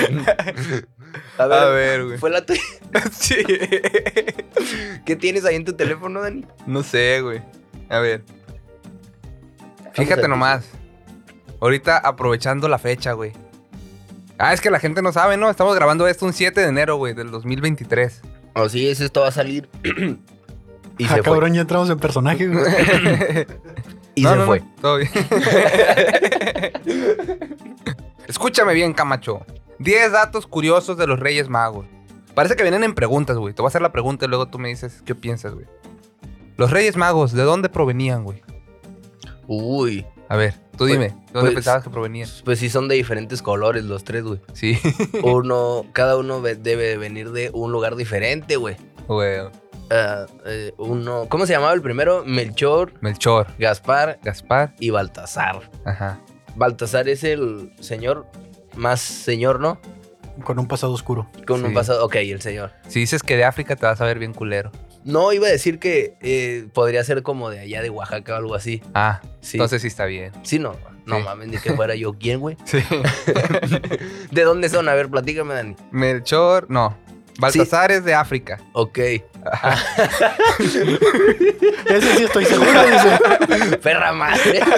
[SPEAKER 2] A ver,
[SPEAKER 1] A ver, güey.
[SPEAKER 2] fue la tuya.
[SPEAKER 1] Sí.
[SPEAKER 2] ¿Qué tienes ahí en tu teléfono, Dani?
[SPEAKER 1] No sé, güey. A ver.
[SPEAKER 2] Vamos
[SPEAKER 1] Fíjate
[SPEAKER 2] a-
[SPEAKER 1] nomás. Ahorita aprovechando la fecha, güey. Ah, es que la gente no sabe, ¿no? Estamos grabando esto un 7 de enero, güey, del 2023.
[SPEAKER 2] Oh, sí, es esto va a salir. y
[SPEAKER 3] Ah,
[SPEAKER 2] se fue.
[SPEAKER 3] cabrón, ya entramos en personaje. güey.
[SPEAKER 2] Y
[SPEAKER 1] No,
[SPEAKER 2] se
[SPEAKER 1] no, no,
[SPEAKER 2] fue.
[SPEAKER 1] todo bien. Escúchame bien, Camacho. 10 datos curiosos de los Reyes Magos. Parece que vienen en preguntas, güey. Te voy a hacer la pregunta y luego tú me dices qué piensas, güey. Los Reyes Magos, ¿de dónde provenían, güey?
[SPEAKER 2] Uy,
[SPEAKER 1] A ver, tú dime, ¿de dónde
[SPEAKER 2] pues-
[SPEAKER 1] pensabas que provenían?
[SPEAKER 2] pues sí son de diferentes colores los tres, güey.
[SPEAKER 1] Sí,
[SPEAKER 2] Uno, cada uno ve- debe de venir de un lugar diferente, güey.
[SPEAKER 1] güey.
[SPEAKER 2] Ah, eh, uno, ¿cómo se llamaba el primero? Melchor,
[SPEAKER 1] Melchor,
[SPEAKER 2] Gaspar
[SPEAKER 1] Gaspar,
[SPEAKER 2] y Baltasar.
[SPEAKER 1] ajá.
[SPEAKER 2] Baltasar es el señor más señor, ¿no?
[SPEAKER 3] Con un pasado oscuro.
[SPEAKER 2] Con un
[SPEAKER 1] Sí.
[SPEAKER 2] pasado. Ok, el señor.
[SPEAKER 1] Si dices que de África te vas a ver bien culero.
[SPEAKER 2] No, iba a decir que eh, podría ser como de allá de Oaxaca o algo así.
[SPEAKER 1] Ah,
[SPEAKER 2] Sí.
[SPEAKER 1] entonces sí está bien.
[SPEAKER 2] Sí, no. No
[SPEAKER 1] Sí.
[SPEAKER 2] mames, ni que fuera yo quién, güey.
[SPEAKER 1] Sí.
[SPEAKER 2] ¿De dónde son? A ver, platícame, Dani.
[SPEAKER 1] Melchor, no. Baltasar es de África.
[SPEAKER 2] Ok.
[SPEAKER 3] Ese sí estoy seguro. dice.
[SPEAKER 2] Perra madre.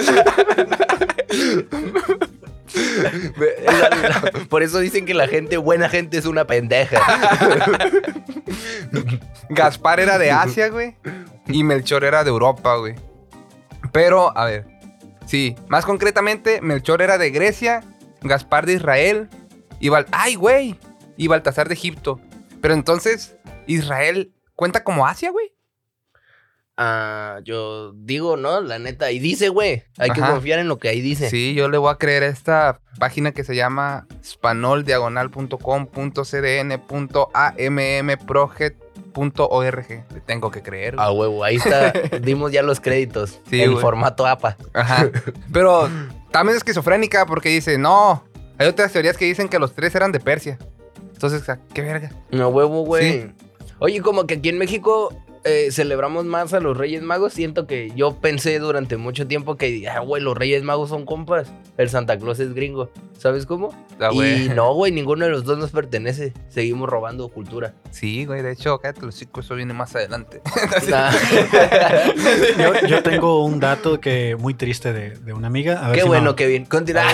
[SPEAKER 2] La- la- Por eso dicen que la gente, buena gente, es una pendeja.
[SPEAKER 1] Gaspar era de Asia, güey. Y Melchor era de Europa, güey. Pero, a ver. Sí, más concretamente, Melchor era de Grecia, Gaspar de Israel y Bal- ¡Ay, güey! Y Baltasar de Egipto. Pero entonces, Israel cuenta como Asia, güey.
[SPEAKER 2] Ah, yo digo, ¿no? La neta. Y dice, güey. Hay que
[SPEAKER 1] Ajá.
[SPEAKER 2] confiar en lo que ahí dice.
[SPEAKER 1] Sí, yo le voy a creer a esta página que se llama spanoldiagonal.com.cdn.ammprojet.org. Le tengo que creer. güey.
[SPEAKER 2] A huevo, ahí está. Dimos ya los créditos.
[SPEAKER 1] Sí,
[SPEAKER 2] en
[SPEAKER 1] güey.
[SPEAKER 2] formato APA.
[SPEAKER 1] Ajá. Pero también es esquizofrénica porque dice, no, hay otras teorías que dicen que los tres eran de Persia. Entonces, ¿a ¿qué verga?
[SPEAKER 2] No huevo, güey. Oye, como que aquí en México eh, celebramos más a los Reyes Magos. Siento que yo pensé durante mucho tiempo que, ah, güey, los Reyes Magos son compas. El Santa Claus es gringo. ¿Sabes cómo?
[SPEAKER 1] La Ah,
[SPEAKER 2] y
[SPEAKER 1] güey.
[SPEAKER 2] no, güey, ninguno de los dos nos pertenece. Seguimos robando cultura.
[SPEAKER 1] Sí, güey, de hecho, cállate los chicos, eso viene más adelante.
[SPEAKER 2] Nah.
[SPEAKER 3] Yo, yo tengo un dato que muy triste de, de una amiga. A ver
[SPEAKER 2] Qué
[SPEAKER 3] si
[SPEAKER 2] bueno,
[SPEAKER 3] no-
[SPEAKER 2] Kevin. Continúa.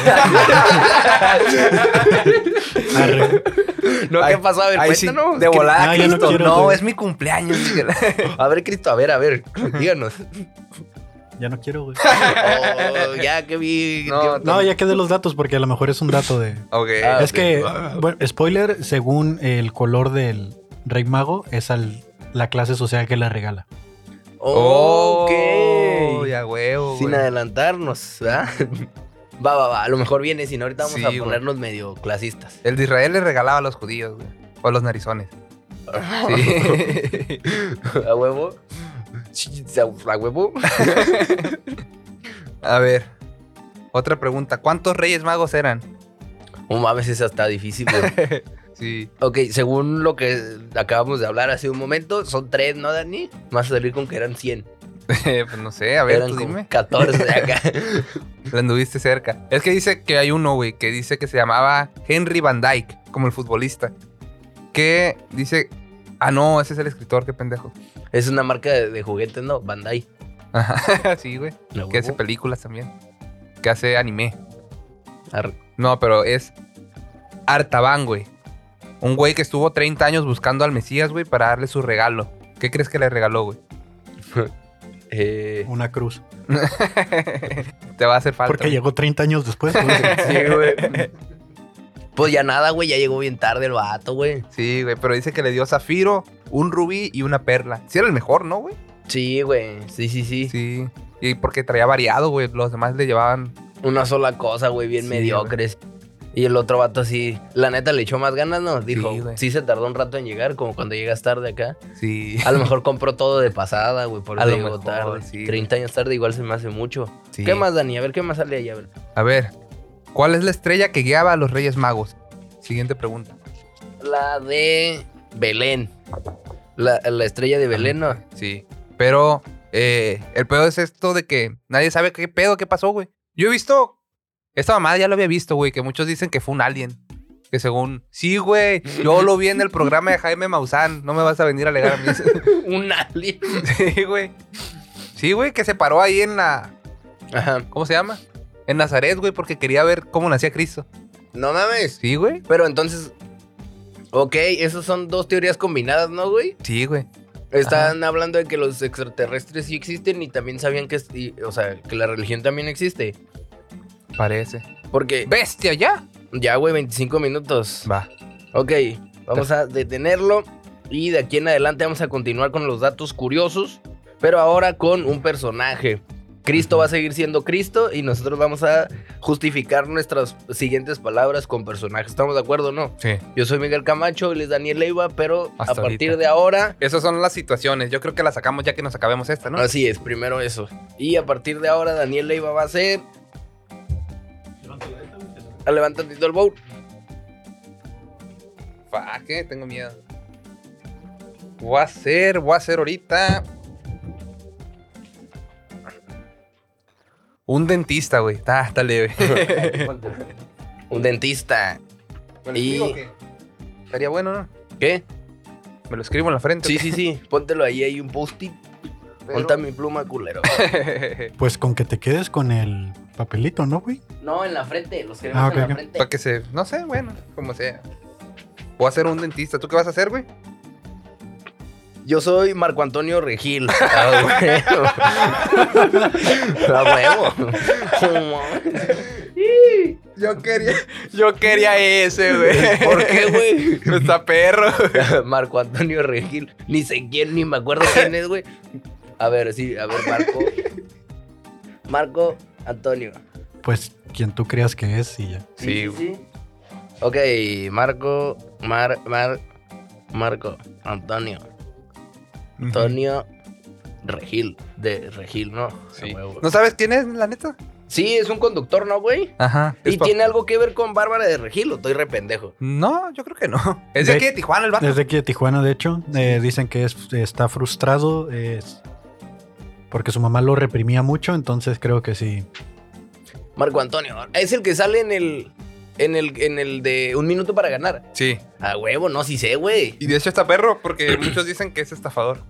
[SPEAKER 3] Arre.
[SPEAKER 2] no, ¿qué
[SPEAKER 1] Ay,
[SPEAKER 2] pasó? A ver,
[SPEAKER 1] Ay, sí,
[SPEAKER 2] cuéntanos.
[SPEAKER 1] de volada,
[SPEAKER 3] Ah, yo no
[SPEAKER 1] Cristo. No,
[SPEAKER 3] quiero, güey.
[SPEAKER 1] es mi cumpleaños. Miguel.
[SPEAKER 2] A ver, Cristo, a ver, a ver. Díganos.
[SPEAKER 3] Ya no quiero, güey.
[SPEAKER 2] Oh, ya, Kevin.
[SPEAKER 1] No,
[SPEAKER 3] No, ya quedé los datos porque a lo mejor es un dato de.
[SPEAKER 1] ok.
[SPEAKER 2] Ah,
[SPEAKER 3] Es
[SPEAKER 2] ok.
[SPEAKER 3] que, bueno, spoiler, según el color del Rey Mago, es al, la clase social que la regala.
[SPEAKER 2] Ok.
[SPEAKER 1] Oh, ya huevo,
[SPEAKER 2] Sin
[SPEAKER 1] güey.
[SPEAKER 2] adelantarnos, ¿verdad? Va, va, va. A lo mejor viene, si no, ahorita vamos
[SPEAKER 1] Sí,
[SPEAKER 2] a
[SPEAKER 1] güey.
[SPEAKER 2] ponernos medio clasistas.
[SPEAKER 1] El de Israel le regalaba a los judíos, güey. O a los narizones. Sí.
[SPEAKER 2] ¿A huevo? Sí, ¿A a huevo?
[SPEAKER 1] a ver. Otra pregunta. ¿Cuántos reyes magos eran?
[SPEAKER 2] No mames, esa está difícil, güey.
[SPEAKER 1] Sí.
[SPEAKER 2] Ok, según lo que acabamos de hablar hace un momento, son tres, ¿no, Dani? Vas a salir con que eran 100.
[SPEAKER 1] pues no sé, a ver,
[SPEAKER 2] eran
[SPEAKER 1] tú
[SPEAKER 2] como
[SPEAKER 1] dime.
[SPEAKER 2] 14 de acá.
[SPEAKER 1] La anduviste cerca. Es que dice que hay uno, güey, que dice que se llamaba Henry Van Dyke, como el futbolista. Que dice. Ah, no, ese es el escritor, qué pendejo.
[SPEAKER 2] es una marca de, de juguetes, ¿no? Bandai.
[SPEAKER 1] Ajá, sí, güey.
[SPEAKER 2] La
[SPEAKER 1] Que hace
[SPEAKER 2] huevo.
[SPEAKER 1] películas también. Que hace anime.
[SPEAKER 2] Arre.
[SPEAKER 1] No, pero es Artaban, güey. Un güey que estuvo 30 años buscando al Mesías, güey, para darle su regalo. ¿Qué crees que le regaló, güey?
[SPEAKER 2] Eh,
[SPEAKER 3] Una cruz.
[SPEAKER 1] Te va a hacer falta.
[SPEAKER 3] Porque
[SPEAKER 1] güey.
[SPEAKER 3] llegó 30 años después. güey.
[SPEAKER 2] sí, güey. Pues ya nada, güey, ya llegó bien tarde el vato, güey.
[SPEAKER 1] Sí, güey, pero dice que le dio zafiro, un rubí y una perla. Sí era el mejor, ¿no, güey?
[SPEAKER 2] Sí, güey. Sí, sí, sí,
[SPEAKER 1] Sí. Y porque traía variado, güey. Los demás le llevaban...
[SPEAKER 2] Una sola cosa, güey, bien
[SPEAKER 1] Sí,
[SPEAKER 2] mediocres. Y el otro vato así, la neta le echó más ganas, ¿no? Dijo,
[SPEAKER 1] Sí, güey.
[SPEAKER 2] sí, se tardó un rato en llegar, como cuando llegas tarde acá.
[SPEAKER 1] Sí.
[SPEAKER 2] A lo mejor compró todo de pasada, güey, por
[SPEAKER 1] A
[SPEAKER 2] eso
[SPEAKER 1] lo
[SPEAKER 2] llegó
[SPEAKER 1] mejor,
[SPEAKER 2] tarde.
[SPEAKER 1] sí.
[SPEAKER 2] 30 años tarde igual se me hace mucho.
[SPEAKER 1] Sí.
[SPEAKER 2] ¿Qué más, Dani? A ver, ¿qué más sale ahí? A ver.
[SPEAKER 1] A ver, ¿cuál es la estrella que guiaba a los Reyes Magos? Siguiente pregunta.
[SPEAKER 2] La de Belén. La, la estrella de Belén, ¿no?
[SPEAKER 1] Sí. Pero eh, el pedo es esto de que nadie sabe qué pedo, qué pasó, güey. Yo he visto. Esta mamada ya lo había visto, güey, que muchos dicen que fue un alien. Que según. Sí, güey. Yo lo vi en el programa de Jaime Maussan. No me vas a venir a alegar a mí.
[SPEAKER 2] Un alien.
[SPEAKER 1] sí, güey. Sí, güey, que se paró ahí en la.
[SPEAKER 2] Ajá.
[SPEAKER 1] ¿Cómo se llama? En Nazaret, güey, porque quería ver cómo nacía Cristo.
[SPEAKER 2] No mames.
[SPEAKER 1] Sí, güey.
[SPEAKER 2] Pero entonces. Ok, esas son dos teorías combinadas, ¿no, güey?
[SPEAKER 1] Sí, güey.
[SPEAKER 2] Están hablando de que los extraterrestres sí existen y también sabían que, es- y- o sea, que la religión también existe.
[SPEAKER 1] Parece.
[SPEAKER 2] Porque
[SPEAKER 1] ¡Bestia ya!
[SPEAKER 2] ya, güey, 25 minutos.
[SPEAKER 1] Va.
[SPEAKER 2] Ok, vamos a detenerlo y de aquí en adelante vamos a continuar con los datos curiosos, pero ahora con un personaje. Cristo va a seguir siendo Cristo y nosotros vamos a justificar nuestras siguientes palabras con personajes. ¿Estamos de acuerdo o no?
[SPEAKER 1] Sí.
[SPEAKER 2] Yo soy Miguel Camacho, él es Daniel Leiva, pero a
[SPEAKER 1] Hasta
[SPEAKER 2] partir
[SPEAKER 1] ahorita.
[SPEAKER 2] de ahora...
[SPEAKER 1] Esas son las situaciones. Yo creo que las sacamos ya que nos acabemos esta, ¿no?
[SPEAKER 2] Así es, primero eso. Y a partir de ahora Daniel Leiva va a ser... Ah, Levanta un tantito el bowl.
[SPEAKER 1] Fuck, eh, tengo miedo. Voy a hacer, voy a hacer ahorita. Un dentista, güey. Está, está leve.
[SPEAKER 2] Un dentista.
[SPEAKER 1] ¿Me
[SPEAKER 2] Y-
[SPEAKER 1] escribo o qué? Estaría bueno, ¿no?
[SPEAKER 2] ¿Qué?
[SPEAKER 1] Me lo escribo en la frente.
[SPEAKER 2] Sí, sí, sí. Póntelo ahí, hay un post-it.
[SPEAKER 1] Pero-
[SPEAKER 2] Ponta mi pluma, culero.
[SPEAKER 3] Pues con que te quedes con el papelito, ¿no, güey?
[SPEAKER 2] No, en la frente. Los
[SPEAKER 3] queremos Ah, ok, en la ok.
[SPEAKER 1] Para que se. No sé, bueno, como sea. Voy a hacer un dentista. ¿Tú qué vas a hacer, güey?
[SPEAKER 2] Yo soy Marco Antonio Regil. Ah, huevo. A huevo.
[SPEAKER 1] Yo quería. Yo quería ese, güey.
[SPEAKER 2] ¿Por qué, güey?
[SPEAKER 1] No está perro.
[SPEAKER 2] Marco Antonio Regil. Ni sé quién, ni me acuerdo quién es, güey. A ver, sí, a ver, Marco. Marco Antonio.
[SPEAKER 3] Pues quien tú creas que es y ya.
[SPEAKER 1] Sí, güey.
[SPEAKER 2] Ok, Marco. Mar, Mar, Marco Antonio. Antonio Regil, de Regil, ¿no?
[SPEAKER 1] Sí.
[SPEAKER 2] A huevo.
[SPEAKER 1] ¿No sabes quién es, la neta?
[SPEAKER 2] Sí, es un conductor, ¿no, güey?
[SPEAKER 1] Ajá.
[SPEAKER 2] Y tiene algo que ver con Bárbara de Regil, o estoy re pendejo.
[SPEAKER 1] No, yo creo que no. Es de
[SPEAKER 3] De-
[SPEAKER 1] aquí de Tijuana el vato.
[SPEAKER 3] Desde aquí de Tijuana, de hecho, eh, dicen que es, está frustrado es porque su mamá lo reprimía mucho, entonces creo que sí.
[SPEAKER 2] Marco Antonio, es el que sale en el, en el, en el de Un Minuto para Ganar.
[SPEAKER 1] Sí.
[SPEAKER 2] A huevo, no, sí sé, güey.
[SPEAKER 1] Y de hecho está perro porque muchos dicen que es estafador.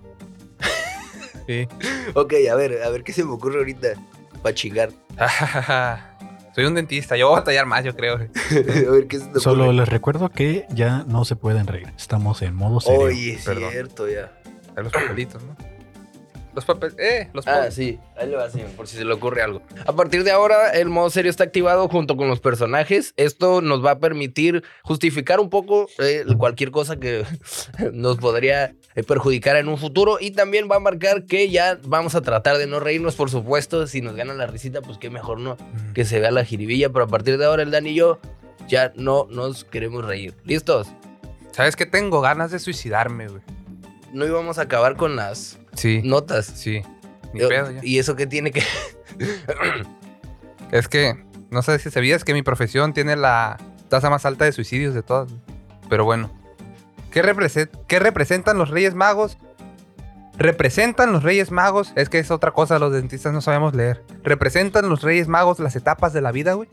[SPEAKER 1] Sí.
[SPEAKER 2] Ok, a ver, a ver qué se me ocurre ahorita para chingar.
[SPEAKER 1] Soy un dentista, yo voy a batallar más, yo creo.
[SPEAKER 2] a ver qué se te
[SPEAKER 3] Solo
[SPEAKER 2] ocurre.
[SPEAKER 3] les recuerdo que ya no se pueden reír. Estamos en modo serio.
[SPEAKER 2] Oye, es
[SPEAKER 1] Perdón.
[SPEAKER 2] cierto, ya.
[SPEAKER 1] A los papelitos, ¿no? Los papeles. Eh, los
[SPEAKER 2] Ah,
[SPEAKER 1] papeles.
[SPEAKER 2] sí, ahí le va así, por si se le ocurre algo. A partir de ahora, el modo serio está activado junto con los personajes. Esto nos va a permitir justificar un poco eh, cualquier cosa que nos podría eh, perjudicar en un futuro. Y también va a marcar que ya vamos a tratar de no reírnos, por supuesto. Si nos gana la risita, pues qué mejor no, que se vea la jiribilla. Pero a partir de ahora, el Dan y yo ya no nos queremos reír. ¿Listos?
[SPEAKER 1] ¿Sabes qué? Tengo ganas de suicidarme, güey.
[SPEAKER 2] No íbamos a acabar con las
[SPEAKER 1] Sí.
[SPEAKER 2] notas.
[SPEAKER 1] Sí. Ni
[SPEAKER 2] Yo-
[SPEAKER 1] pedo ya.
[SPEAKER 2] ¿Y eso qué tiene que...?
[SPEAKER 1] Es que, no sé si sabías que mi profesión tiene la tasa más alta de suicidios de todas. Pero bueno. ¿Qué, represe- qué representan los Reyes Magos? Representan los Reyes Magos. Es que es otra cosa, los dentistas no sabemos leer. Representan los Reyes Magos las etapas de la vida, güey.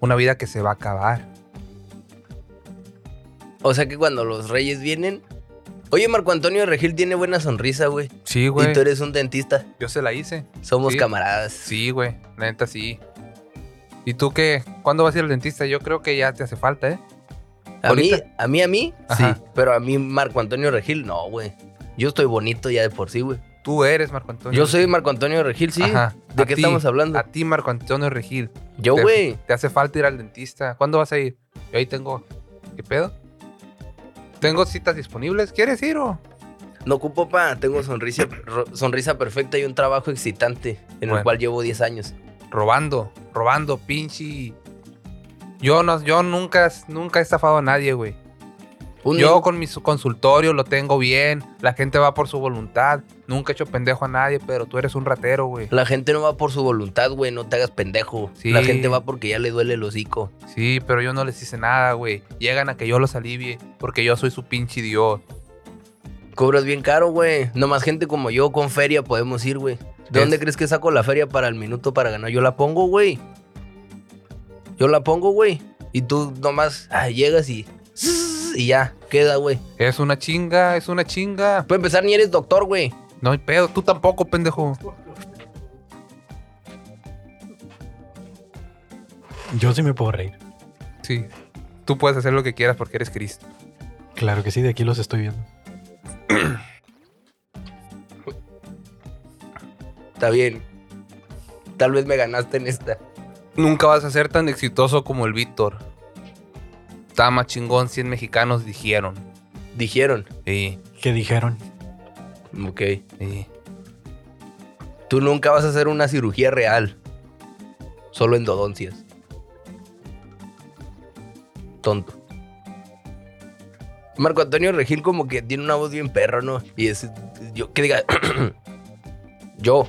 [SPEAKER 1] Una vida que se va a acabar.
[SPEAKER 2] O sea que cuando los reyes vienen, Oye, Marco Antonio Regil tiene buena sonrisa, güey.
[SPEAKER 1] Sí, güey.
[SPEAKER 2] Y tú eres un dentista.
[SPEAKER 1] Yo se la hice.
[SPEAKER 2] Somos
[SPEAKER 1] Sí.
[SPEAKER 2] camaradas.
[SPEAKER 1] Sí, güey. La neta, sí. ¿Y tú qué? ¿Cuándo vas a ir al dentista? Yo creo que ya te hace falta, ¿eh?
[SPEAKER 2] A mí,
[SPEAKER 1] ¿Ahorita?
[SPEAKER 2] a mí, a mí,
[SPEAKER 1] Ajá.
[SPEAKER 2] sí. Pero a mí, Marco Antonio Regil, no, güey. Yo estoy bonito ya de por sí, güey.
[SPEAKER 1] Tú eres Marco Antonio.
[SPEAKER 2] Yo soy Marco Antonio Regil, sí.
[SPEAKER 1] Ajá.
[SPEAKER 2] ¿De
[SPEAKER 1] A
[SPEAKER 2] qué
[SPEAKER 1] ti,
[SPEAKER 2] estamos hablando?
[SPEAKER 1] A ti, Marco Antonio Regil.
[SPEAKER 2] Yo,
[SPEAKER 1] te-
[SPEAKER 2] güey.
[SPEAKER 1] Te hace falta ir al dentista. ¿Cuándo vas a ir? Yo ahí tengo. ¿Qué pedo? Tengo citas disponibles. ¿Quieres ir o?
[SPEAKER 2] No ocupo, pa. Tengo sonrisa, ro- sonrisa perfecta y un trabajo excitante en el
[SPEAKER 1] Bueno.
[SPEAKER 2] cual llevo 10 años.
[SPEAKER 1] Robando, robando, pinche. Yo no, yo nunca, nunca he estafado a nadie, güey.
[SPEAKER 2] Un
[SPEAKER 1] Yo con mi su- consultorio lo tengo bien. La gente va por su voluntad. Nunca he hecho pendejo a nadie, pero tú eres un ratero, güey.
[SPEAKER 2] La gente no va por su voluntad, güey. No te hagas pendejo.
[SPEAKER 1] Sí.
[SPEAKER 2] La gente va porque ya le duele el hocico.
[SPEAKER 1] Sí, pero yo no les hice nada, güey. Llegan a que yo los alivie, porque yo soy su pinche dios.
[SPEAKER 2] Cobras bien caro, güey. Nomás gente como yo con feria podemos ir, güey. ¿De
[SPEAKER 1] Es-
[SPEAKER 2] dónde crees que saco la feria para el minuto para ganar? Yo la pongo, güey. Yo la pongo, güey. Y tú nomás ah, llegas y... Y ya, queda, güey.
[SPEAKER 1] Es una chinga, es una chinga.
[SPEAKER 2] Puede empezar ni eres doctor, güey.
[SPEAKER 1] No hay pedo, tú tampoco, pendejo.
[SPEAKER 3] Yo sí me puedo reír.
[SPEAKER 1] Sí. Tú puedes hacer lo que quieras porque eres Cristo.
[SPEAKER 3] Claro que sí, de aquí los estoy viendo.
[SPEAKER 2] Está bien. Tal vez me ganaste en esta.
[SPEAKER 1] Nunca vas a ser tan exitoso como el Víctor. Está más chingón, 100 mexicanos dijeron.
[SPEAKER 2] Dijeron.
[SPEAKER 1] Sí,
[SPEAKER 3] ¿Qué dijeron?
[SPEAKER 2] Ok.
[SPEAKER 1] sí.
[SPEAKER 2] Tú nunca vas a hacer una cirugía real. Solo endodoncias. Tonto. Marco Antonio Regil como que tiene una voz bien perro, ¿no? Y es... Yo, que diga... yo.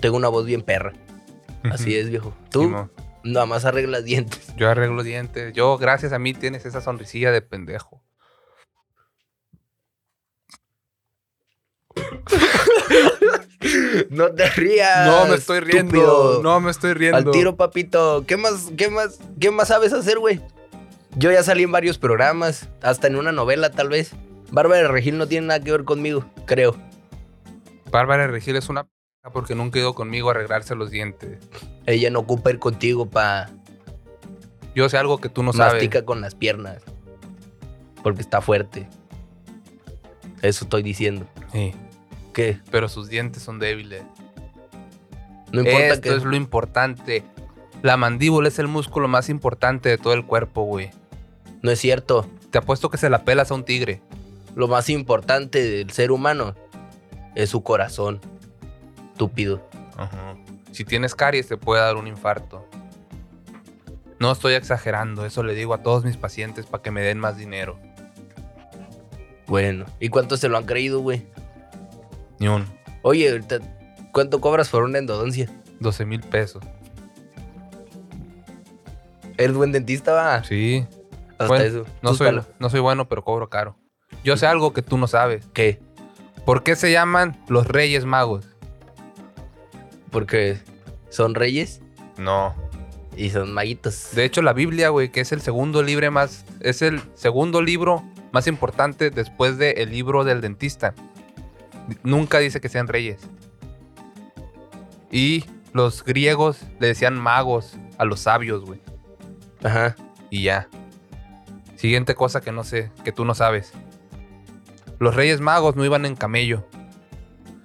[SPEAKER 2] Tengo una voz bien perra. Así es, viejo. Tú
[SPEAKER 1] Simón.
[SPEAKER 2] nada más arreglas dientes.
[SPEAKER 1] Yo arreglo dientes. Yo, gracias a mí, tienes esa sonrisilla de pendejo.
[SPEAKER 2] No te rías.
[SPEAKER 1] No me estoy riendo.
[SPEAKER 2] estúpido.
[SPEAKER 1] No me estoy riendo.
[SPEAKER 2] Al tiro, papito. ¿Qué más, qué más, qué más sabes hacer, güey? Yo ya salí en varios programas, hasta en una novela, tal vez. Bárbara Regil no tiene nada que ver conmigo, creo.
[SPEAKER 1] Bárbara Regil es una p porque nunca ido conmigo a arreglarse los dientes.
[SPEAKER 2] Ella no ocupa ir contigo pa
[SPEAKER 1] Yo sé algo que tú no sabes.
[SPEAKER 2] mastica con las piernas. Porque está fuerte. Eso estoy diciendo.
[SPEAKER 1] Sí,
[SPEAKER 2] ¿Qué?
[SPEAKER 1] pero sus dientes son débiles.
[SPEAKER 2] No importa
[SPEAKER 1] Esto
[SPEAKER 2] que.
[SPEAKER 1] es lo importante. La mandíbula es el músculo más importante de todo el cuerpo, güey.
[SPEAKER 2] No es cierto.
[SPEAKER 1] Te apuesto que se la pelas a un tigre.
[SPEAKER 2] Lo más importante del ser humano es su corazón. Estúpido.
[SPEAKER 1] Si tienes caries te puede dar un infarto. No estoy exagerando, eso le digo a todos mis pacientes para que me den más dinero.
[SPEAKER 2] Bueno. ¿Y cuántos se lo han creído, güey?
[SPEAKER 1] Ni un
[SPEAKER 2] Oye, ahorita, ¿cuánto cobras por una endodoncia?
[SPEAKER 1] 12 mil pesos.
[SPEAKER 2] ¿Eres buen dentista? Va? Hasta
[SPEAKER 1] Sí, Bueno,
[SPEAKER 2] eso.
[SPEAKER 1] no
[SPEAKER 2] Tú
[SPEAKER 1] soy,
[SPEAKER 2] palo.
[SPEAKER 1] no soy bueno, pero cobro caro. Yo sé algo que tú no sabes.
[SPEAKER 2] ¿Qué?
[SPEAKER 1] ¿Por qué se llaman los Reyes Magos?
[SPEAKER 2] Porque son reyes
[SPEAKER 1] No.
[SPEAKER 2] y son maguitos.
[SPEAKER 1] De hecho, la Biblia, güey, que es el segundo libro más, es el segundo libro más importante después del libro del dentista. Nunca dice que sean reyes. Y los griegos le decían magos a los sabios, güey.
[SPEAKER 2] Ajá.
[SPEAKER 1] Y ya. Siguiente cosa que no sé, que tú no sabes. Los reyes magos no iban en camello.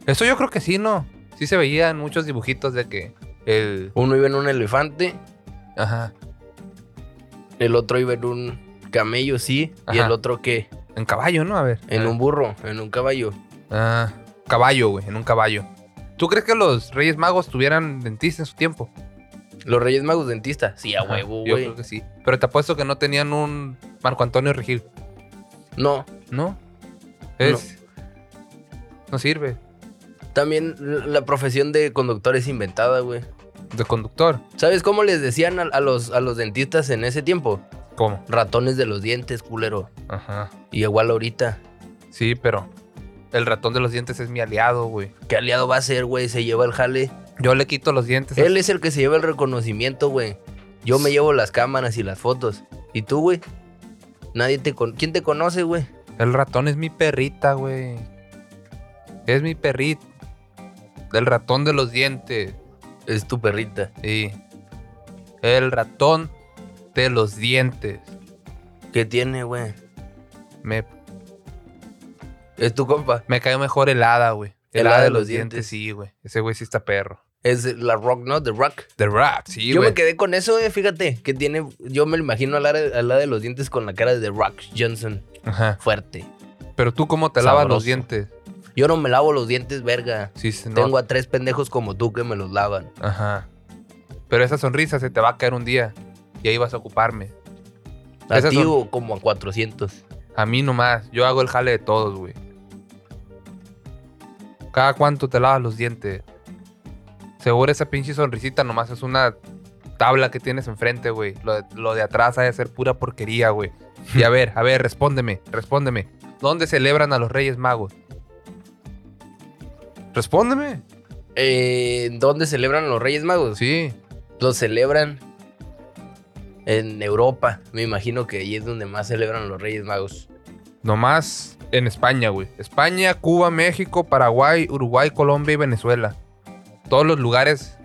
[SPEAKER 1] Eso yo creo que sí, ¿no? Sí se veían muchos dibujitos de que el...
[SPEAKER 2] Uno iba en un elefante,
[SPEAKER 1] Ajá,
[SPEAKER 2] el otro iba en un camello, sí. Y
[SPEAKER 1] Ajá. Ah.
[SPEAKER 2] el otro, ¿qué?
[SPEAKER 1] en caballo, ¿no? A ver.
[SPEAKER 2] En
[SPEAKER 1] a ver.
[SPEAKER 2] un burro, en un caballo.
[SPEAKER 1] Ah, caballo, güey, en un caballo. ¿Tú crees que los Reyes Magos tuvieran dentista en su tiempo?
[SPEAKER 2] Los reyes magos dentistas. Sí, a
[SPEAKER 1] Ajá,
[SPEAKER 2] huevo,
[SPEAKER 1] Yo
[SPEAKER 2] güey.
[SPEAKER 1] creo que sí. Pero te apuesto que no tenían un Marco Antonio Regil,
[SPEAKER 2] No,
[SPEAKER 1] ¿no? Es. No sirve.
[SPEAKER 2] también la profesión de conductor es inventada, güey.
[SPEAKER 1] De conductor.
[SPEAKER 2] ¿Sabes cómo les decían a, a los, a los dentistas en ese tiempo?
[SPEAKER 1] ¿Cómo?
[SPEAKER 2] Ratones de los dientes, culero.
[SPEAKER 1] Ajá.
[SPEAKER 2] Y igual ahorita.
[SPEAKER 1] Sí, pero. El ratón de los dientes es mi aliado, güey.
[SPEAKER 2] ¿Qué aliado va a ser, güey? Se lleva el jale.
[SPEAKER 1] Yo le quito los dientes. a-
[SPEAKER 2] Él es el que se lleva el reconocimiento, güey. Yo me llevo las cámaras y las fotos. ¿Y tú, güey? Nadie te con... ¿Quién te conoce, güey?
[SPEAKER 1] El ratón es mi perrita, güey. Es mi perrita. El ratón de los dientes.
[SPEAKER 2] Es tu perrita.
[SPEAKER 1] Sí. El ratón de los dientes.
[SPEAKER 2] ¿Qué tiene, güey?
[SPEAKER 1] Me,
[SPEAKER 2] Es tu compa.
[SPEAKER 1] me cae mejor el hada, güey. El
[SPEAKER 2] El
[SPEAKER 1] hada
[SPEAKER 2] hada
[SPEAKER 1] de
[SPEAKER 2] de
[SPEAKER 1] los
[SPEAKER 2] los
[SPEAKER 1] dientes,
[SPEAKER 2] dientes.
[SPEAKER 1] sí, güey. Ese güey sí está perro.
[SPEAKER 2] Es la Rock, ¿no? The Rock.
[SPEAKER 1] The Rock, sí,
[SPEAKER 2] yo
[SPEAKER 1] güey.
[SPEAKER 2] me quedé con eso, eh, fíjate. Que tiene. Yo me lo imagino al área al lado de los dientes con la cara de The Rock Johnson.
[SPEAKER 1] Ajá.
[SPEAKER 2] Fuerte.
[SPEAKER 1] Pero tú, ¿cómo te lavas los
[SPEAKER 2] Sabroso.
[SPEAKER 1] dientes?
[SPEAKER 2] Yo no me lavo los dientes, verga.
[SPEAKER 1] Sí, se nota.
[SPEAKER 2] Tengo a tres pendejos como tú que me los lavan.
[SPEAKER 1] Ajá. Pero esa sonrisa se te va a caer un día. Y ahí vas a ocuparme.
[SPEAKER 2] A
[SPEAKER 1] Esas
[SPEAKER 2] ti
[SPEAKER 1] son-
[SPEAKER 2] o como a 400.
[SPEAKER 1] A mí nomás. Yo hago el jale de todos, güey. Cada cuánto te lavas los dientes. Seguro esa pinche sonrisita nomás es una tabla que tienes enfrente, güey. Lo de, lo de atrás ha de ser pura porquería, güey. Y a ver, a ver, respóndeme, respóndeme. ¿Dónde celebran a los Reyes Magos? Respóndeme.
[SPEAKER 2] Eh, ¿Dónde celebran los Reyes Magos?
[SPEAKER 1] Sí.
[SPEAKER 2] Los celebran en Europa. Me imagino que ahí es donde más celebran los Reyes Magos.
[SPEAKER 1] Nomás en España, güey. España, Cuba, México, Paraguay, Uruguay, Colombia y Venezuela. Todos los lugares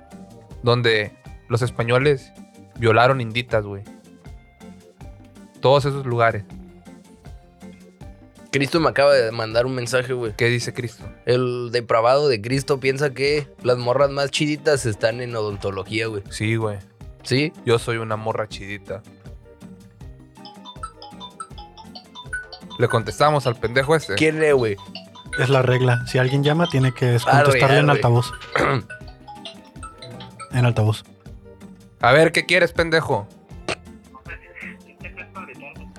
[SPEAKER 1] donde los españoles violaron inditas, güey. Todos esos lugares.
[SPEAKER 2] Cristo me acaba de mandar un mensaje, güey.
[SPEAKER 1] ¿Qué dice Cristo?
[SPEAKER 2] El depravado de Cristo piensa que las morras más chiditas están en odontología, güey.
[SPEAKER 1] Sí, güey.
[SPEAKER 2] ¿Sí?
[SPEAKER 1] Yo soy una morra chidita. Le contestamos al pendejo este.
[SPEAKER 2] ¿Quién es, güey?
[SPEAKER 3] Es la regla. Si alguien llama, tiene que contestarle en
[SPEAKER 2] arre.
[SPEAKER 3] altavoz. en altavoz.
[SPEAKER 1] A ver, ¿qué quieres, pendejo?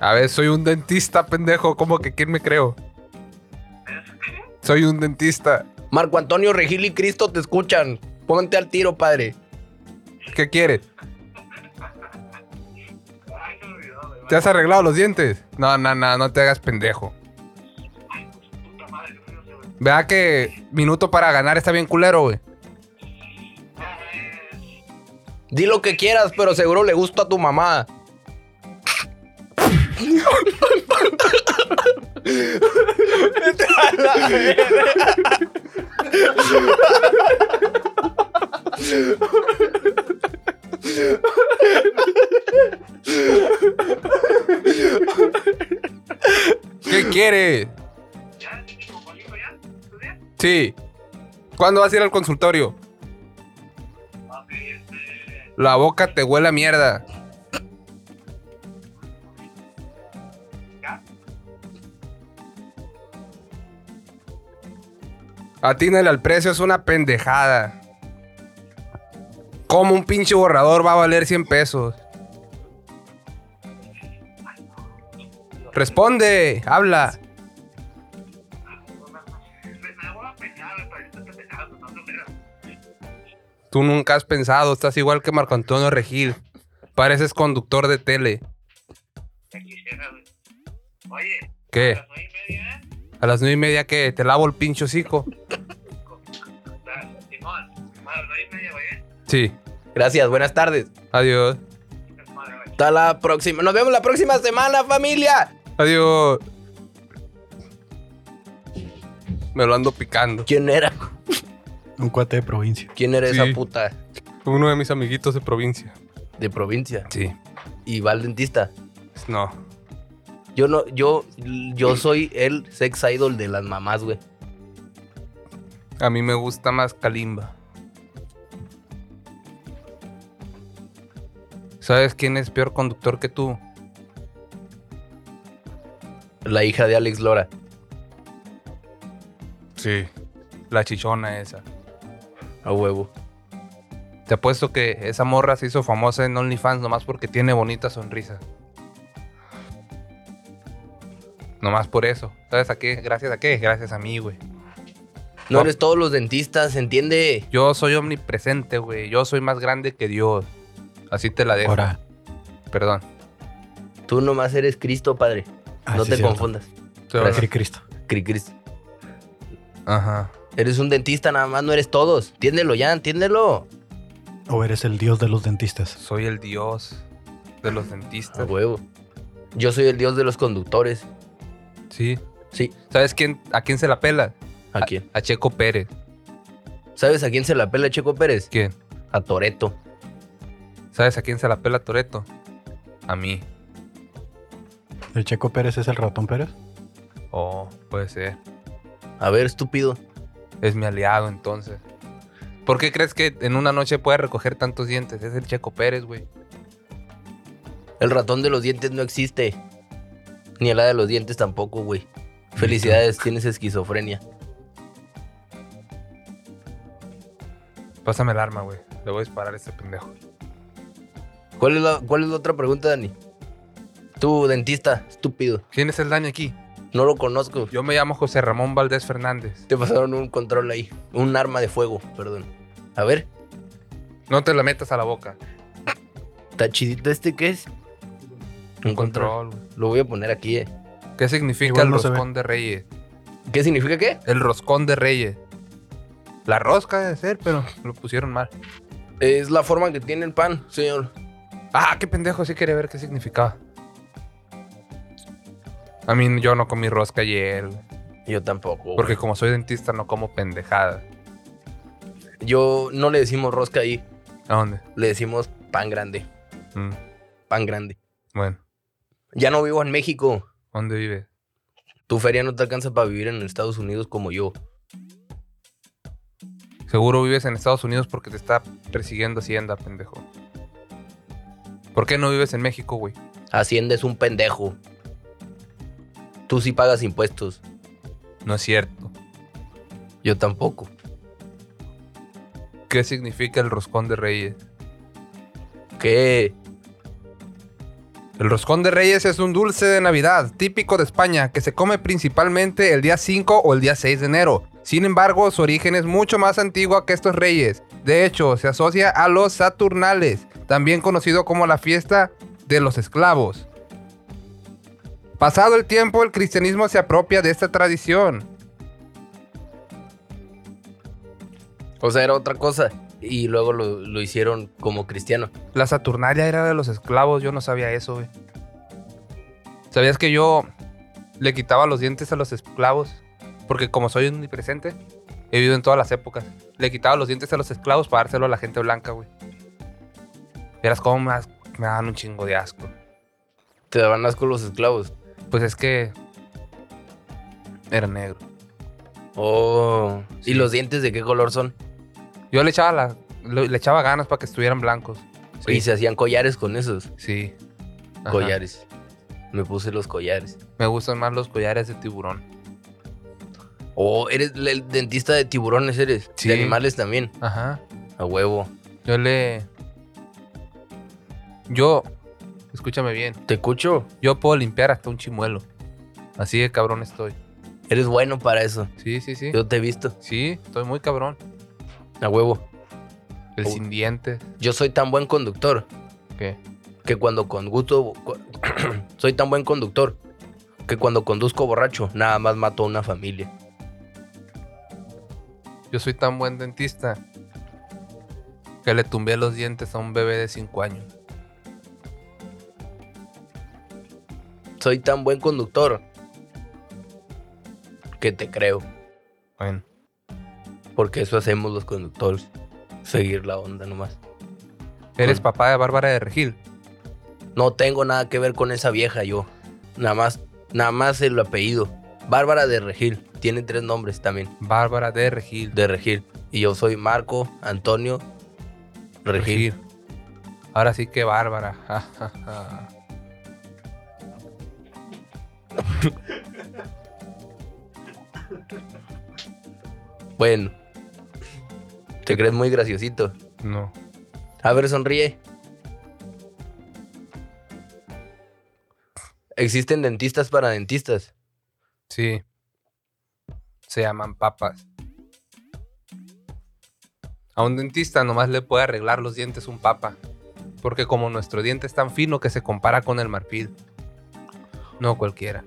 [SPEAKER 1] A ver, soy un dentista, pendejo. ¿Cómo que quién me creo? Soy un dentista.
[SPEAKER 2] Marco Antonio Regil y Cristo te escuchan. Ponte al tiro, padre.
[SPEAKER 1] ¿Qué quieres? ¿Te has arreglado los dientes? No, no, no, no te hagas pendejo. Vea que minuto para ganar está bien culero, güey.
[SPEAKER 2] Di lo que quieras, pero seguro le gusta a tu mamá.
[SPEAKER 1] ¿Qué quieres? Sí. ¿Cuándo vas a ir al consultorio? La boca te huele a mierda. Atínale al precio, es una pendejada. Como un pinche borrador va a valer 100 pesos. Responde, habla. Tú nunca has pensado, estás igual que Marco Antonio Regil. Pareces conductor de tele.
[SPEAKER 4] Oye, a
[SPEAKER 1] ¿Qué?
[SPEAKER 4] las nueve y media,
[SPEAKER 1] ¿A las nueve y media qué? ¿Te lavo el pincho hocico?
[SPEAKER 4] da- Simón, a las nueve y media, güey.
[SPEAKER 1] Sí.
[SPEAKER 2] Gracias, buenas tardes.
[SPEAKER 1] Adiós.
[SPEAKER 4] Madre, güey.
[SPEAKER 2] Hasta la próxima. Nos vemos la próxima semana, familia.
[SPEAKER 1] Adiós. Me lo ando picando.
[SPEAKER 2] ¿Quién era?
[SPEAKER 3] Un cuate de provincia.
[SPEAKER 2] ¿Quién era
[SPEAKER 1] Sí.
[SPEAKER 2] esa puta
[SPEAKER 1] Uno de mis amiguitos de provincia.
[SPEAKER 2] de provincia?
[SPEAKER 1] Sí.
[SPEAKER 2] Y va al dentista.
[SPEAKER 1] No.
[SPEAKER 2] Yo no, yo, yo soy el sex idol de las mamás, güey.
[SPEAKER 1] A mí me gusta más Kalimba. ¿Sabes quién es peor conductor que tú?
[SPEAKER 2] La hija de Alex Lora.
[SPEAKER 1] Sí. La chichona esa.
[SPEAKER 2] A huevo.
[SPEAKER 1] Te apuesto que esa morra se hizo famosa en OnlyFans nomás porque tiene bonita sonrisa. Nomás por eso. ¿Sabes a qué? Gracias a qué? Gracias a mí, güey.
[SPEAKER 2] No
[SPEAKER 1] No.
[SPEAKER 2] eres todos los dentistas, ¿entiende?
[SPEAKER 1] Yo soy omnipresente, güey. Yo soy más grande que Dios. Así te la dejo.
[SPEAKER 3] Ahora.
[SPEAKER 1] Perdón.
[SPEAKER 2] Tú nomás eres Cristo, padre.
[SPEAKER 3] Ah,
[SPEAKER 2] no
[SPEAKER 3] sí,
[SPEAKER 2] te
[SPEAKER 3] cierto.
[SPEAKER 2] confundas.
[SPEAKER 1] Estoy
[SPEAKER 3] Sí,
[SPEAKER 1] hablando-
[SPEAKER 3] Cristo.
[SPEAKER 2] Cri Cristo.
[SPEAKER 1] Ajá.
[SPEAKER 2] Eres un dentista nada más, no eres todos. Entiéndelo ya, entiéndelo.
[SPEAKER 3] O eres el dios de los dentistas.
[SPEAKER 1] Soy el Dios de los
[SPEAKER 2] A Ah,
[SPEAKER 1] dentistas.
[SPEAKER 2] huevo. Yo soy el dios de los conductores.
[SPEAKER 1] Sí.
[SPEAKER 2] Sí.
[SPEAKER 1] ¿Sabes quién, a quién se la pela?
[SPEAKER 2] ¿A
[SPEAKER 3] Ah.
[SPEAKER 2] quién?
[SPEAKER 1] A Checo Pérez.
[SPEAKER 2] ¿Sabes a quién se la pela Checo Pérez?
[SPEAKER 1] ¿Quién?
[SPEAKER 2] A Toreto.
[SPEAKER 1] ¿Sabes a quién se la pela Toreto? A mí.
[SPEAKER 3] ¿El Checo Pérez es el ratón Pérez?
[SPEAKER 1] Oh, puede ser.
[SPEAKER 2] A ver, estúpido.
[SPEAKER 1] Es mi aliado entonces. ¿Por qué crees que en una noche puede recoger tantos dientes? Es el Checo Pérez, güey.
[SPEAKER 2] El ratón de los dientes no existe. Ni el hada de los dientes tampoco, güey. Felicidades, tienes esquizofrenia.
[SPEAKER 1] Pásame el arma, güey. Le voy a disparar a este pendejo.
[SPEAKER 2] ¿Cuál es, la, ¿Cuál es la otra pregunta, Dani? Tú, dentista, estúpido.
[SPEAKER 1] ¿Quién es el daño aquí?
[SPEAKER 2] No lo conozco.
[SPEAKER 1] Yo me llamo José Ramón Valdés Fernández.
[SPEAKER 2] Te pasaron un control ahí. Un arma de fuego, perdón. A ver,
[SPEAKER 1] No te la metas a la boca.
[SPEAKER 2] ¿está chidito este qué es? Un control.
[SPEAKER 1] Control, güey.
[SPEAKER 2] Lo voy a poner aquí, eh.
[SPEAKER 1] ¿Qué significa
[SPEAKER 3] Igual
[SPEAKER 1] el
[SPEAKER 3] no se ve.
[SPEAKER 1] roscón de reyes?
[SPEAKER 2] ¿Qué significa qué?
[SPEAKER 1] El roscón de reyes. La rosca debe ser, pero lo pusieron mal.
[SPEAKER 2] Es la forma que tiene el pan, señor.
[SPEAKER 1] Ah, qué pendejo, sí quería ver qué significaba. A mí yo no comí rosca ayer, güey,
[SPEAKER 2] Yo tampoco.
[SPEAKER 1] porque como soy dentista no como pendejada.
[SPEAKER 2] güey. yo no le decimos rosca ahí,
[SPEAKER 1] ¿A dónde?
[SPEAKER 2] le decimos pan grande,
[SPEAKER 1] Mm,
[SPEAKER 2] pan grande.
[SPEAKER 1] bueno,
[SPEAKER 2] Ya no vivo en México.
[SPEAKER 1] ¿dónde vives?
[SPEAKER 2] Tu feria no te alcanza para vivir en Estados Unidos como yo.
[SPEAKER 1] Seguro vives en Estados Unidos porque te está persiguiendo Hacienda, pendejo. ¿Por qué no vives en México, güey?
[SPEAKER 2] Hacienda es un pendejo. Tú sí pagas impuestos,
[SPEAKER 1] No es cierto.
[SPEAKER 2] yo tampoco.
[SPEAKER 1] ¿Qué significa el roscón de reyes?
[SPEAKER 2] ¿Qué?
[SPEAKER 1] El roscón de reyes es un dulce de Navidad típico de España que se come principalmente el día 5 o el día 6 de enero. Sin embargo, su origen es mucho más antiguo que estos reyes. De hecho, se asocia a los Saturnales, también conocido como la fiesta de los esclavos. Pasado el tiempo, el cristianismo se apropia de esta tradición.
[SPEAKER 2] O sea, era otra cosa. Y luego lo, lo hicieron como cristiano.
[SPEAKER 1] La Saturnalia era de los esclavos, yo no sabía eso, güey. ¿Sabías que yo le quitaba los dientes a los esclavos? Porque como soy omnipresente, he vivido en todas las épocas. Le quitaba los dientes a los esclavos para dárselo a la gente blanca, güey. Verás cómo me, as- me dan un chingo de asco.
[SPEAKER 2] Te daban asco los esclavos.
[SPEAKER 1] Pues es que... Era negro.
[SPEAKER 2] Oh.
[SPEAKER 1] Sí.
[SPEAKER 2] ¿Y los dientes de qué color son?
[SPEAKER 1] Yo le echaba, la- lo- le echaba ganas para que estuvieran blancos. Sí.
[SPEAKER 2] Y se hacían collares con esos.
[SPEAKER 1] Sí. Ajá.
[SPEAKER 2] Collares. Me puse los collares.
[SPEAKER 1] Me gustan más los collares de tiburón.
[SPEAKER 2] Oh, eres le- el dentista de tiburones, eres.
[SPEAKER 1] Sí.
[SPEAKER 2] De animales también.
[SPEAKER 1] Ajá.
[SPEAKER 2] A huevo.
[SPEAKER 1] Yo le. Yo. Escúchame bien.
[SPEAKER 2] Te escucho.
[SPEAKER 1] Yo puedo limpiar hasta un chimuelo. Así de cabrón estoy.
[SPEAKER 2] Eres bueno para eso.
[SPEAKER 1] Sí, sí, sí.
[SPEAKER 2] Yo te he visto.
[SPEAKER 1] Sí, estoy muy cabrón.
[SPEAKER 2] A huevo.
[SPEAKER 1] El
[SPEAKER 2] Oh.
[SPEAKER 1] sin dientes.
[SPEAKER 2] Yo soy tan buen conductor
[SPEAKER 1] ¿Qué?
[SPEAKER 2] que cuando conduzco. cu- soy tan buen conductor que cuando conduzco borracho, nada más mato a una familia.
[SPEAKER 1] Yo soy tan buen dentista que le tumbé los dientes a un bebé de 5 años.
[SPEAKER 2] Soy tan buen conductor que te creo.
[SPEAKER 1] Bueno,
[SPEAKER 2] Porque eso hacemos los conductores. Seguir la onda nomás.
[SPEAKER 1] eres
[SPEAKER 2] Con-
[SPEAKER 1] papá de Bárbara de Regil.
[SPEAKER 2] No tengo nada que ver con esa vieja yo. Nada más, nada más el apellido. Bárbara de Regil. Tiene tres nombres también.
[SPEAKER 1] Bárbara de Regil.
[SPEAKER 2] De Regil. Y yo soy Marco Antonio Regil.
[SPEAKER 1] Ahora sí que Bárbara. ja, ja, ja.
[SPEAKER 2] Bueno. Te crees muy graciosito.
[SPEAKER 1] no.
[SPEAKER 2] A ver, sonríe. Existen dentistas para dentistas.
[SPEAKER 1] Sí. Se llaman papas. A un dentista nomás le puede arreglar los dientes un papa. Porque como nuestro diente es tan fino que se compara con el marfil. No cualquiera.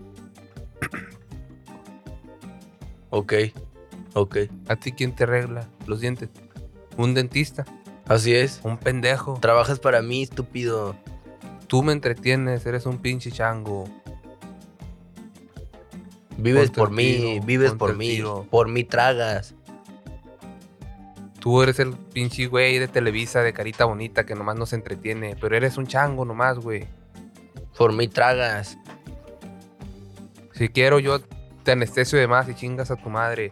[SPEAKER 2] Ok. Ok.
[SPEAKER 1] ¿A ti quién te arregla los dientes? Un dentista,
[SPEAKER 2] Así es.
[SPEAKER 1] un pendejo.
[SPEAKER 2] Trabajas para mí, estúpido.
[SPEAKER 1] Tú me entretienes, eres un pinche chango.
[SPEAKER 2] Vives
[SPEAKER 1] Ponte
[SPEAKER 2] por
[SPEAKER 1] el
[SPEAKER 2] mí,
[SPEAKER 1] tiro,
[SPEAKER 2] vives
[SPEAKER 1] ponte
[SPEAKER 2] por
[SPEAKER 1] el
[SPEAKER 2] mí,
[SPEAKER 1] tiro.
[SPEAKER 2] por mí tragas.
[SPEAKER 1] Tú eres el pinche güey de Televisa de carita bonita que nomás nos entretiene, pero eres un chango nomás, güey.
[SPEAKER 2] Por mí tragas.
[SPEAKER 1] Si quiero yo te anestesio de más y chingas a tu madre.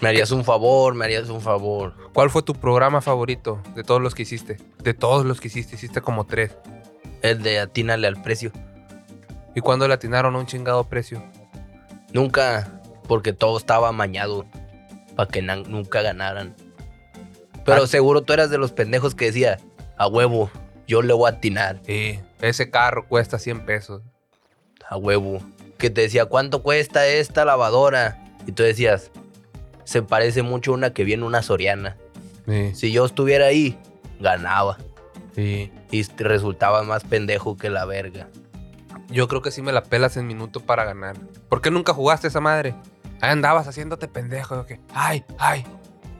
[SPEAKER 2] Me harías un favor, me harías un favor.
[SPEAKER 1] ¿Cuál fue tu programa favorito de todos los que hiciste? De todos los que hiciste, hiciste como tres.
[SPEAKER 2] El de atínale al precio.
[SPEAKER 1] ¿Y cuándo le atinaron a un chingado precio?
[SPEAKER 2] Nunca, porque todo estaba amañado para que nan- nunca ganaran. Pero
[SPEAKER 1] Ah.
[SPEAKER 2] seguro tú eras de los pendejos que decía, a huevo, yo le voy a atinar,
[SPEAKER 1] Sí, ese carro cuesta 100 pesos.
[SPEAKER 2] a huevo. Que te decía, ¿cuánto cuesta esta lavadora? Y tú decías, se parece mucho a una que viene una soriana.
[SPEAKER 1] Sí,
[SPEAKER 2] Si yo estuviera ahí, ganaba.
[SPEAKER 1] sí.
[SPEAKER 2] Y te resultaba más pendejo que la verga.
[SPEAKER 1] Yo creo que sí me la pelas en minuto para ganar. ¿Por qué nunca jugaste esa madre? Ahí andabas haciéndote pendejo. de que, ay, ay.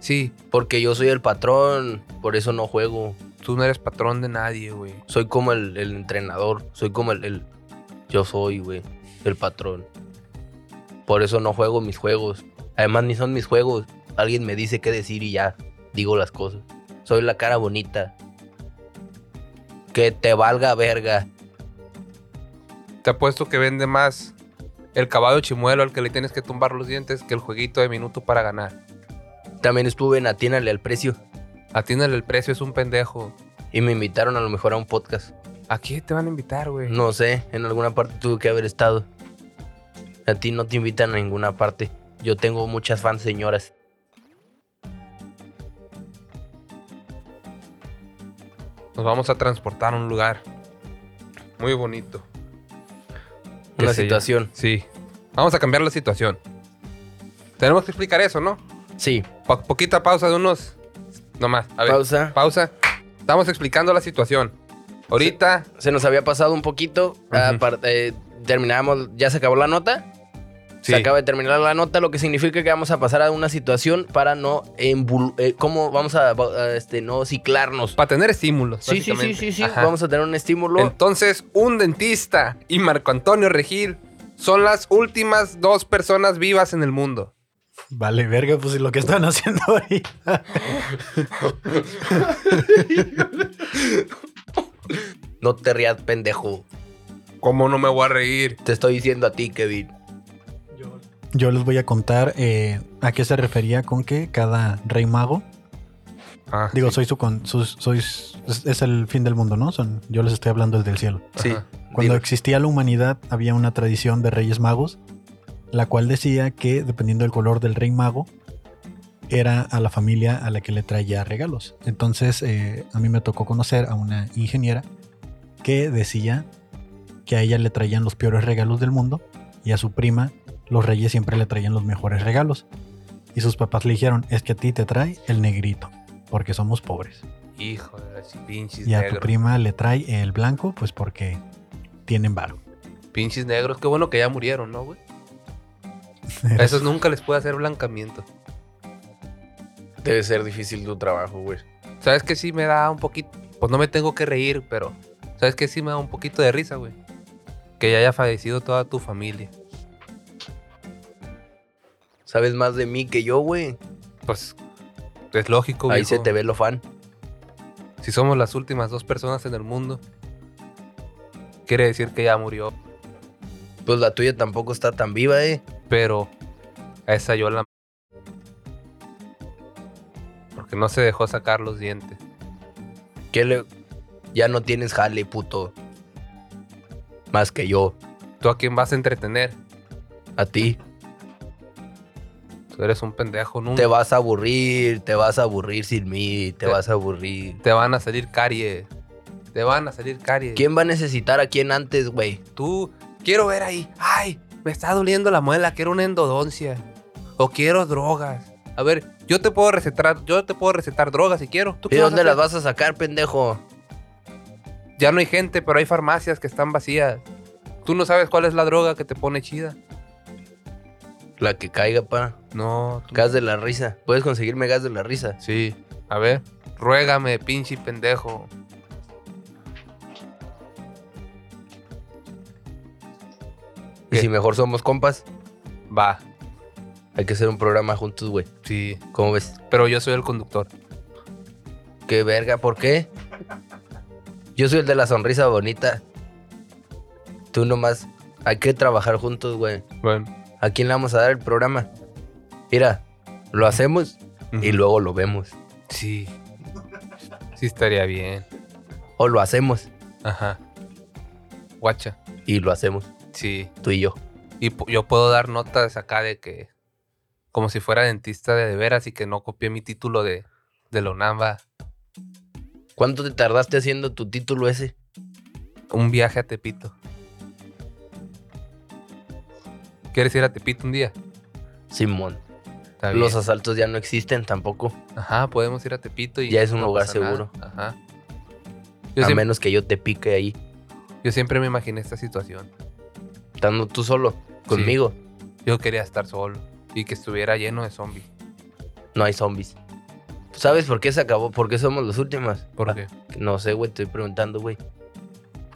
[SPEAKER 1] Sí,
[SPEAKER 2] Porque yo soy el patrón, por eso no juego.
[SPEAKER 1] tú no eres patrón de nadie, güey.
[SPEAKER 2] Soy como el, el entrenador. Soy como el, el- Yo soy, güey. El patrón. Por eso no juego mis juegos. Además, ni son mis juegos. Alguien me dice qué decir y ya. Digo las cosas. Soy la cara bonita. Que te valga verga.
[SPEAKER 1] Te apuesto que vende más el caballo chimuelo al que le tienes que tumbar los dientes que el jueguito de minuto para ganar.
[SPEAKER 2] También estuve en Atínale al precio.
[SPEAKER 1] Atínale el precio, es un pendejo.
[SPEAKER 2] Y me invitaron a lo mejor a un podcast.
[SPEAKER 1] ¿A qué te van a invitar, güey?
[SPEAKER 2] No sé, en alguna parte tuve que haber estado. A ti no te invitan a ninguna parte. Yo tengo muchas fans señoras.
[SPEAKER 1] Nos vamos a transportar a un lugar muy bonito. ¿Qué
[SPEAKER 2] Una
[SPEAKER 1] sé yo?
[SPEAKER 2] situación.
[SPEAKER 1] Sí. Vamos a cambiar la situación. Tenemos que explicar eso, ¿no?
[SPEAKER 2] Sí,
[SPEAKER 1] Po- poquita pausa de unos. Nomás. A ver.
[SPEAKER 2] pausa.
[SPEAKER 1] Pausa. Estamos explicando la situación. Ahorita.
[SPEAKER 2] se nos había pasado un poquito.
[SPEAKER 1] Ajá.
[SPEAKER 2] apar- eh, terminamos, ya se acabó la nota. Se
[SPEAKER 1] Sí.
[SPEAKER 2] acaba de terminar la nota, lo que significa que vamos a pasar a una situación para no embul- eh, cómo vamos a, a, este no ciclarnos.
[SPEAKER 1] Para tener estímulos.
[SPEAKER 2] Sí, sí, sí, sí, sí.
[SPEAKER 1] Ajá.
[SPEAKER 2] Vamos a tener un estímulo.
[SPEAKER 1] Entonces, un dentista y Marco Antonio Regil son las últimas dos personas vivas en el mundo.
[SPEAKER 3] Vale, verga, pues y lo que están haciendo ahí.
[SPEAKER 2] no te rías, pendejo.
[SPEAKER 1] ¿Cómo no me voy a reír?
[SPEAKER 2] Te estoy diciendo a ti, Kevin.
[SPEAKER 3] Yo les voy a contar eh, a qué se refería con que cada rey mago,
[SPEAKER 1] Ah,
[SPEAKER 3] digo, soy su con, sus- sois- es, es el fin del mundo, ¿no? Son, yo les estoy hablando desde el cielo.
[SPEAKER 2] Sí.
[SPEAKER 1] Ajá.
[SPEAKER 3] Cuando
[SPEAKER 2] Dilo.
[SPEAKER 3] existía la humanidad había una tradición de reyes magos, la cual decía que dependiendo del color del rey mago, era a la familia a la que le traía regalos. Entonces eh, a mí me tocó conocer a una ingeniera que decía que a ella le traían los peores regalos del mundo y a su prima los reyes siempre le traían los mejores regalos. Y sus papás le dijeron, es que a ti te trae el negrito, porque somos pobres.
[SPEAKER 1] Hijo de las pinches
[SPEAKER 3] Y a tu
[SPEAKER 1] negros.
[SPEAKER 3] prima le trae el blanco, pues porque tienen varo.
[SPEAKER 1] Pinches negros. Qué bueno que ya murieron, ¿no, güey? A esos nunca les puede hacer blancamiento.
[SPEAKER 2] Debe ser difícil tu trabajo, güey.
[SPEAKER 1] ¿Sabes que sí me da un poquito? Pues no me tengo que reír, pero ¿sabes que sí me da un poquito de risa, güey? Que ya haya fallecido toda tu familia.
[SPEAKER 2] Sabes más de mí que yo, güey.
[SPEAKER 1] Pues es lógico, güey.
[SPEAKER 2] Ahí se te ve lo fan.
[SPEAKER 1] Si somos las últimas dos personas en el mundo, quiere decir que ya murió.
[SPEAKER 2] Pues la tuya tampoco está tan viva, eh.
[SPEAKER 1] Pero a esa yo la... Porque no se dejó sacar los dientes.
[SPEAKER 2] ¿Qué le... Ya no tienes jale, puto. Más que yo.
[SPEAKER 1] ¿Tú a quién vas a entretener?
[SPEAKER 2] A ti.
[SPEAKER 1] Tú eres un pendejo, nunca.
[SPEAKER 2] Te vas a aburrir, te vas a aburrir sin mí, te vas a aburrir.
[SPEAKER 1] Te van a salir caries. Te van a salir caries.
[SPEAKER 2] ¿Quién va a necesitar a quién antes, güey?
[SPEAKER 1] Tú, quiero ver ahí. Ay, me está doliendo la muela, quiero una endodoncia. O quiero drogas. A ver, yo te puedo recetar, yo te puedo recetar drogas si quiero. ¿Tú
[SPEAKER 2] ¿De
[SPEAKER 1] qué vas a
[SPEAKER 2] dónde las
[SPEAKER 1] hacer?
[SPEAKER 2] vas a sacar, pendejo?
[SPEAKER 1] Ya no hay gente, pero hay farmacias que están vacías. Tú no sabes cuál es la droga que te pone chida.
[SPEAKER 2] La que caiga, pa.
[SPEAKER 1] No, tú-
[SPEAKER 2] Gas de la risa. Puedes conseguirme gas de la risa.
[SPEAKER 1] Sí. A ver, ruégame, pinche pendejo.
[SPEAKER 2] Y
[SPEAKER 1] ¿Qué?
[SPEAKER 2] si mejor somos compas,
[SPEAKER 1] Va,
[SPEAKER 2] Hay que hacer un programa juntos, güey.
[SPEAKER 1] sí.
[SPEAKER 2] ¿Cómo ves?
[SPEAKER 1] Pero yo soy el conductor.
[SPEAKER 2] Qué verga, ¿por qué? Yo soy el de la sonrisa bonita. Tú nomás. Hay que trabajar juntos, güey.
[SPEAKER 1] Bueno.
[SPEAKER 2] ¿A quién le vamos a dar el programa? Mira, lo hacemos y luego lo vemos.
[SPEAKER 1] Sí. Sí estaría bien.
[SPEAKER 2] O lo hacemos
[SPEAKER 1] Ajá. Guacha.
[SPEAKER 2] y lo hacemos,
[SPEAKER 1] Sí.
[SPEAKER 2] tú y yo.
[SPEAKER 1] Y pu- yo puedo dar notas acá de que... Como si fuera dentista de, de veras y que no copié mi título de, de la UNAM, va.
[SPEAKER 2] ¿Cuánto te tardaste haciendo tu título ese?
[SPEAKER 1] Un viaje a Tepito. ¿Quieres ir a Tepito un día?
[SPEAKER 2] Simón.
[SPEAKER 1] Está bien.
[SPEAKER 2] Los asaltos ya no existen tampoco.
[SPEAKER 1] Ajá, podemos ir a Tepito y...
[SPEAKER 2] Ya es un lugar
[SPEAKER 1] pasa nada.
[SPEAKER 2] seguro.
[SPEAKER 1] Ajá. Yo
[SPEAKER 2] a
[SPEAKER 1] siempre,
[SPEAKER 2] menos que yo te pique ahí.
[SPEAKER 1] yo siempre me imaginé esta situación.
[SPEAKER 2] Estando tú solo, conmigo,
[SPEAKER 1] Yo quería estar solo y que estuviera lleno de zombies.
[SPEAKER 2] no hay zombies. ¿Sabes por qué se acabó? ¿Por qué somos los últimos?
[SPEAKER 1] ¿Por
[SPEAKER 2] Ah,
[SPEAKER 1] qué?
[SPEAKER 2] No sé, güey, estoy preguntando, güey.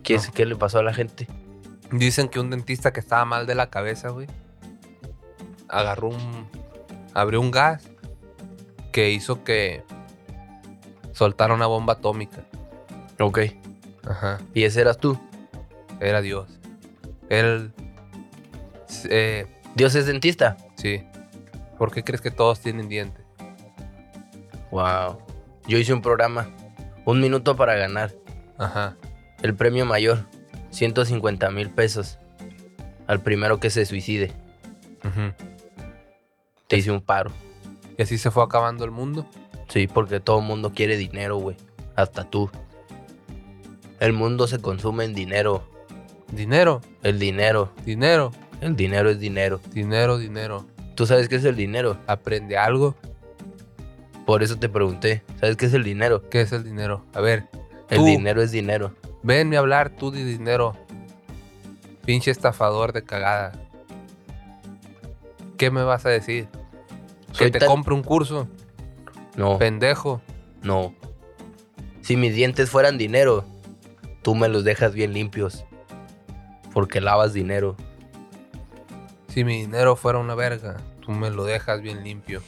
[SPEAKER 2] ¿Qué, es-
[SPEAKER 1] No.
[SPEAKER 2] ¿Qué le pasó a la gente?
[SPEAKER 1] Dicen que un dentista que estaba mal de la cabeza, güey, agarró un. abrió un gas que hizo que soltara una bomba atómica.
[SPEAKER 2] Ok.
[SPEAKER 1] Ajá,
[SPEAKER 2] ¿Y ese eras tú?
[SPEAKER 1] era Dios. Él. s- eh,
[SPEAKER 2] ¿Dios es dentista?
[SPEAKER 1] sí. ¿Por qué crees que todos tienen dientes?
[SPEAKER 2] Wow. Yo hice un programa. Un minuto para ganar.
[SPEAKER 1] Ajá.
[SPEAKER 2] El premio mayor. 150 mil pesos. Al primero que se suicide.
[SPEAKER 1] ujú.
[SPEAKER 2] Te hice un paro.
[SPEAKER 1] Y así se fue acabando el mundo.
[SPEAKER 2] Sí, porque todo el mundo quiere dinero, güey. Hasta tú. El mundo se consume en dinero.
[SPEAKER 1] Dinero,
[SPEAKER 2] El dinero.
[SPEAKER 1] dinero,
[SPEAKER 2] El dinero es dinero.
[SPEAKER 1] dinero, dinero.
[SPEAKER 2] ¿Tú sabes qué es el dinero?
[SPEAKER 1] Aprende algo.
[SPEAKER 2] Por eso te pregunté. ¿Sabes qué es el dinero?
[SPEAKER 1] ¿Qué es el dinero? A ver,
[SPEAKER 2] El
[SPEAKER 1] Tú.
[SPEAKER 2] dinero es dinero.
[SPEAKER 1] Venme a hablar tú de dinero. Pinche estafador de cagada. ¿Qué me vas a decir?
[SPEAKER 2] ¿Qué
[SPEAKER 1] Que te
[SPEAKER 2] tal?
[SPEAKER 1] compre un curso,
[SPEAKER 2] No,
[SPEAKER 1] pendejo.
[SPEAKER 2] no. Si mis dientes fueran dinero, tú me los dejas bien limpios. Porque lavas dinero.
[SPEAKER 1] Si mi dinero fuera una verga, tú me lo dejas bien limpio.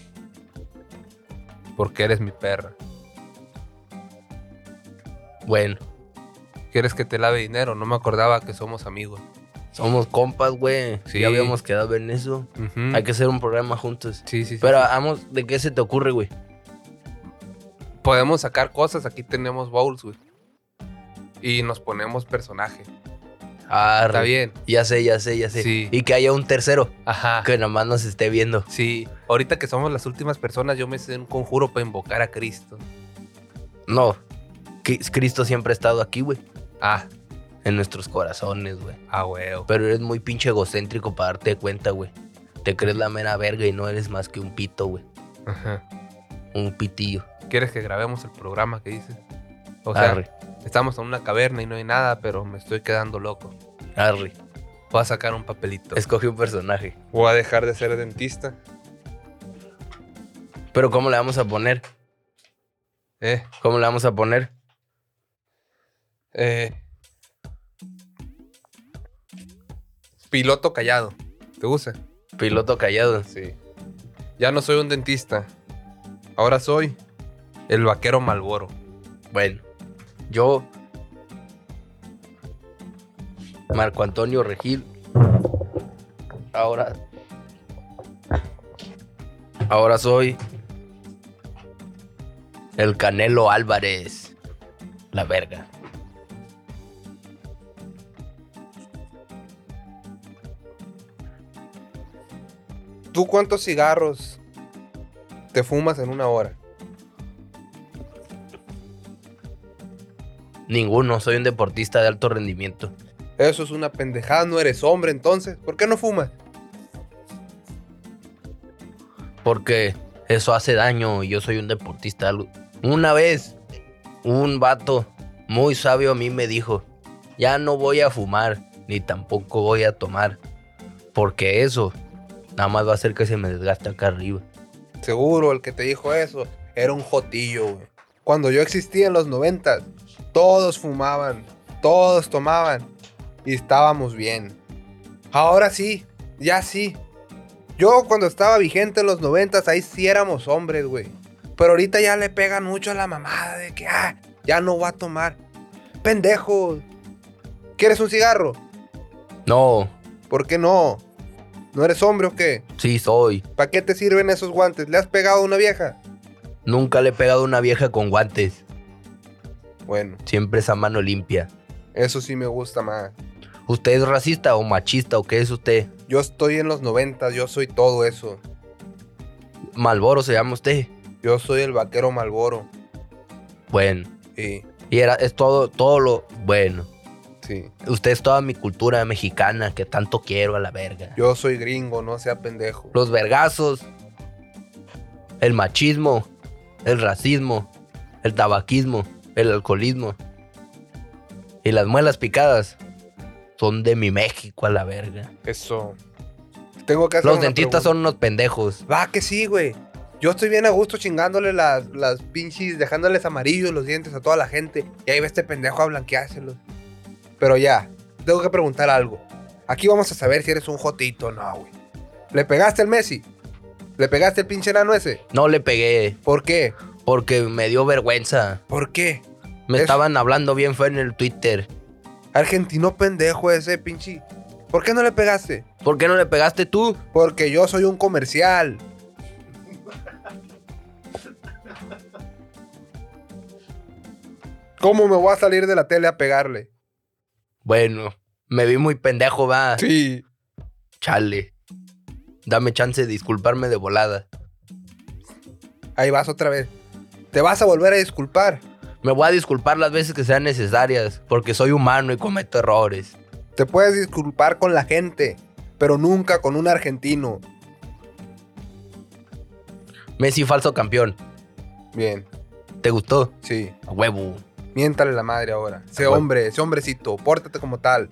[SPEAKER 1] Porque eres mi perra.
[SPEAKER 2] Bueno,
[SPEAKER 1] ¿Quieres que te lave dinero? No me acordaba que somos amigos.
[SPEAKER 2] somos compas, güey.
[SPEAKER 1] Sí. Mm.
[SPEAKER 2] Ya habíamos quedado en eso.
[SPEAKER 1] Ujú.
[SPEAKER 2] Hay que hacer un programa juntos.
[SPEAKER 1] Sí, sí, sí.
[SPEAKER 2] Pero, vamos, ¿de qué se te ocurre, güey?
[SPEAKER 1] Podemos sacar cosas. Aquí tenemos bowls, güey. Y nos ponemos personaje.
[SPEAKER 2] Ah,
[SPEAKER 1] Está bien.
[SPEAKER 2] Ya sé, ya sé, ya sé.
[SPEAKER 1] Sí.
[SPEAKER 2] Y que haya un tercero
[SPEAKER 1] Ajá.
[SPEAKER 2] que nomás nos esté viendo.
[SPEAKER 1] Sí, ahorita que somos las últimas personas, yo me hice un conjuro para invocar a Cristo.
[SPEAKER 2] No, que- Cristo siempre ha estado aquí, güey.
[SPEAKER 1] Ah,
[SPEAKER 2] En nuestros corazones, güey.
[SPEAKER 1] ah, huevo.
[SPEAKER 2] Pero eres muy pinche egocéntrico para darte cuenta, güey. Te crees la mera verga y no eres más que un pito, güey.
[SPEAKER 1] Ajá.
[SPEAKER 2] Un pitillo.
[SPEAKER 1] ¿Quieres que grabemos el programa que dices? O sea,
[SPEAKER 2] arre,
[SPEAKER 1] estamos en una caverna y no hay nada, pero me estoy quedando loco.
[SPEAKER 2] arre.
[SPEAKER 1] Voy a sacar un papelito.
[SPEAKER 2] Escoge un personaje.
[SPEAKER 1] Voy a dejar de ser dentista.
[SPEAKER 2] Pero ¿cómo le vamos a poner?
[SPEAKER 1] Eh,
[SPEAKER 2] ¿Cómo le vamos a poner?
[SPEAKER 1] eh. Piloto callado. ¿Te gusta?
[SPEAKER 2] Piloto callado.
[SPEAKER 1] Sí. Ya no soy un dentista. Ahora soy el vaquero Malboro.
[SPEAKER 2] Bueno, yo... Marco Antonio Regil. Ahora... Ahora soy... El Canelo Álvarez. La verga.
[SPEAKER 1] ¿Tú cuántos cigarros te fumas en una hora?
[SPEAKER 2] Ninguno, soy un deportista de alto rendimiento.
[SPEAKER 1] Eso es una pendejada, no eres hombre entonces. ¿Por qué no fumas?
[SPEAKER 2] Porque eso hace daño y yo soy un deportista. al- Una vez, un vato muy sabio a mí me dijo, ya no voy a fumar ni tampoco voy a tomar. Porque eso nada más va a hacer que se me desgaste acá arriba.
[SPEAKER 1] Seguro, el que te dijo eso era un jotillo, güey. Cuando yo existía en los noventas, todos fumaban, todos tomaban y estábamos bien. Ahora sí, ya sí. Yo cuando estaba vigente en los noventas, ahí sí éramos hombres, güey. Pero ahorita ya le pegan mucho a la mamada de que, ah, ya no va a tomar. Pendejo. ¿Quieres un cigarro?
[SPEAKER 2] No,
[SPEAKER 1] ¿Por qué no? ¿No eres hombre o qué?
[SPEAKER 2] sí soy.
[SPEAKER 1] ¿Para qué te sirven esos guantes? ¿Le has pegado a una vieja?
[SPEAKER 2] Nunca le he pegado a una vieja con guantes.
[SPEAKER 1] Bueno,
[SPEAKER 2] Siempre es a mano limpia.
[SPEAKER 1] eso sí me gusta más.
[SPEAKER 2] ¿Usted es racista o machista o qué es usted?
[SPEAKER 1] Yo estoy en los noventas, yo soy todo eso.
[SPEAKER 2] Malboro se llama usted.
[SPEAKER 1] Yo soy el vaquero Malboro.
[SPEAKER 2] Bueno.
[SPEAKER 1] Sí,
[SPEAKER 2] Y era, es todo, todo lo bueno.
[SPEAKER 1] sí.
[SPEAKER 2] Usted es toda mi cultura mexicana que tanto quiero a la verga.
[SPEAKER 1] Yo soy gringo, no sea pendejo.
[SPEAKER 2] Los vergazos, el machismo, el racismo, el tabaquismo, el alcoholismo y las muelas picadas son de mi México a la verga.
[SPEAKER 1] Eso. Tengo que hacer
[SPEAKER 2] Los
[SPEAKER 1] una
[SPEAKER 2] dentistas
[SPEAKER 1] pregunta.
[SPEAKER 2] son unos pendejos.
[SPEAKER 1] Va, que sí, güey. Yo estoy bien a gusto chingándole las, las pinches, dejándoles amarillos los dientes a toda la gente. Y ahí ve este pendejo a blanqueárselos. Pero ya, tengo que preguntar algo. Aquí vamos a saber si eres un jotito o no, güey. ¿Le pegaste al Messi? ¿Le pegaste al pinche nano ese?
[SPEAKER 2] No le pegué
[SPEAKER 1] ¿Por qué?
[SPEAKER 2] porque me dio vergüenza.
[SPEAKER 1] ¿Por qué?
[SPEAKER 2] Me
[SPEAKER 1] Es-
[SPEAKER 2] estaban hablando bien feo en el Twitter.
[SPEAKER 1] Argentino pendejo ese, pinche. ¿Por qué no le pegaste?
[SPEAKER 2] ¿Por qué no le pegaste tú?
[SPEAKER 1] Porque yo soy un comercial. ¿Cómo me voy a salir de la tele a pegarle?
[SPEAKER 2] Bueno, me vi muy pendejo, va.
[SPEAKER 1] Sí.
[SPEAKER 2] Chale. Dame chance de disculparme de volada.
[SPEAKER 1] Ahí vas otra vez. Te vas a volver a disculpar.
[SPEAKER 2] Me voy a disculpar las veces que sean necesarias, porque soy humano y cometo errores.
[SPEAKER 1] Te puedes disculpar con la gente, pero nunca con un argentino.
[SPEAKER 2] Messi falso campeón.
[SPEAKER 1] Bien,
[SPEAKER 2] ¿Te gustó?
[SPEAKER 1] sí.
[SPEAKER 2] A huevo.
[SPEAKER 1] Miéntale la madre ahora. Sé
[SPEAKER 2] Ah, Bueno.
[SPEAKER 1] hombre, sé hombrecito, pórtate como tal.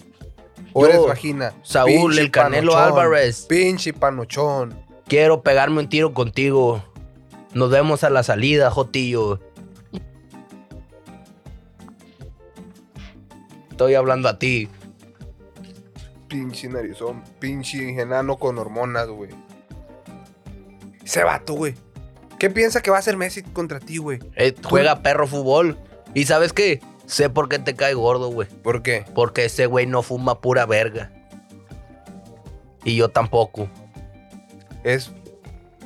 [SPEAKER 1] O
[SPEAKER 2] Yo,
[SPEAKER 1] eres vagina.
[SPEAKER 2] Saúl,
[SPEAKER 1] Pinche
[SPEAKER 2] el Canelo
[SPEAKER 1] panochón.
[SPEAKER 2] Álvarez.
[SPEAKER 1] Pinche panochón.
[SPEAKER 2] Quiero pegarme un tiro contigo. Nos vemos a la salida, Jotillo. Estoy hablando a ti.
[SPEAKER 1] Pinche narizón, pinche enano con hormonas, güey. Ese vato, güey. ¿Qué piensa que va a hacer Messi contra ti, güey?
[SPEAKER 2] Eh, juega perro fútbol. ¿Y sabes qué? Sé por qué te cae gordo, güey.
[SPEAKER 1] ¿Por qué?
[SPEAKER 2] Porque ese güey no fuma pura verga. Y yo tampoco.
[SPEAKER 1] Es.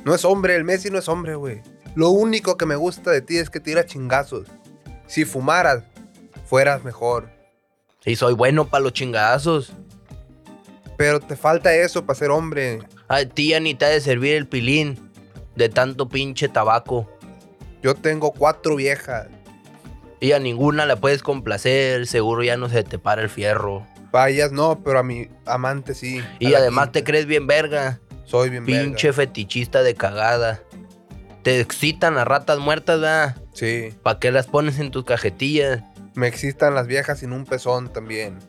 [SPEAKER 1] No es hombre, el Messi no es hombre, güey. Lo único que me gusta de ti es que tiras chingazos. Si fumaras, fueras mejor.
[SPEAKER 2] Y soy bueno para los chingadazos.
[SPEAKER 1] Pero te falta eso para ser hombre.
[SPEAKER 2] A ti ya ni te ha de servir el pilín de tanto pinche tabaco.
[SPEAKER 1] Yo tengo cuatro viejas.
[SPEAKER 2] Y a ninguna la puedes complacer, seguro ya no se te para el fierro.
[SPEAKER 1] Vayas no, pero a mi amante sí.
[SPEAKER 2] Y además te crees bien verga,
[SPEAKER 1] crees. Soy bien
[SPEAKER 2] pinche fetichista de cagada. Te excitan las ratas muertas, ¿verdad?
[SPEAKER 1] verga. Sí.
[SPEAKER 2] ¿Para qué las pones en tus cajetillas?
[SPEAKER 1] Me existan las viejas sin un pezón también.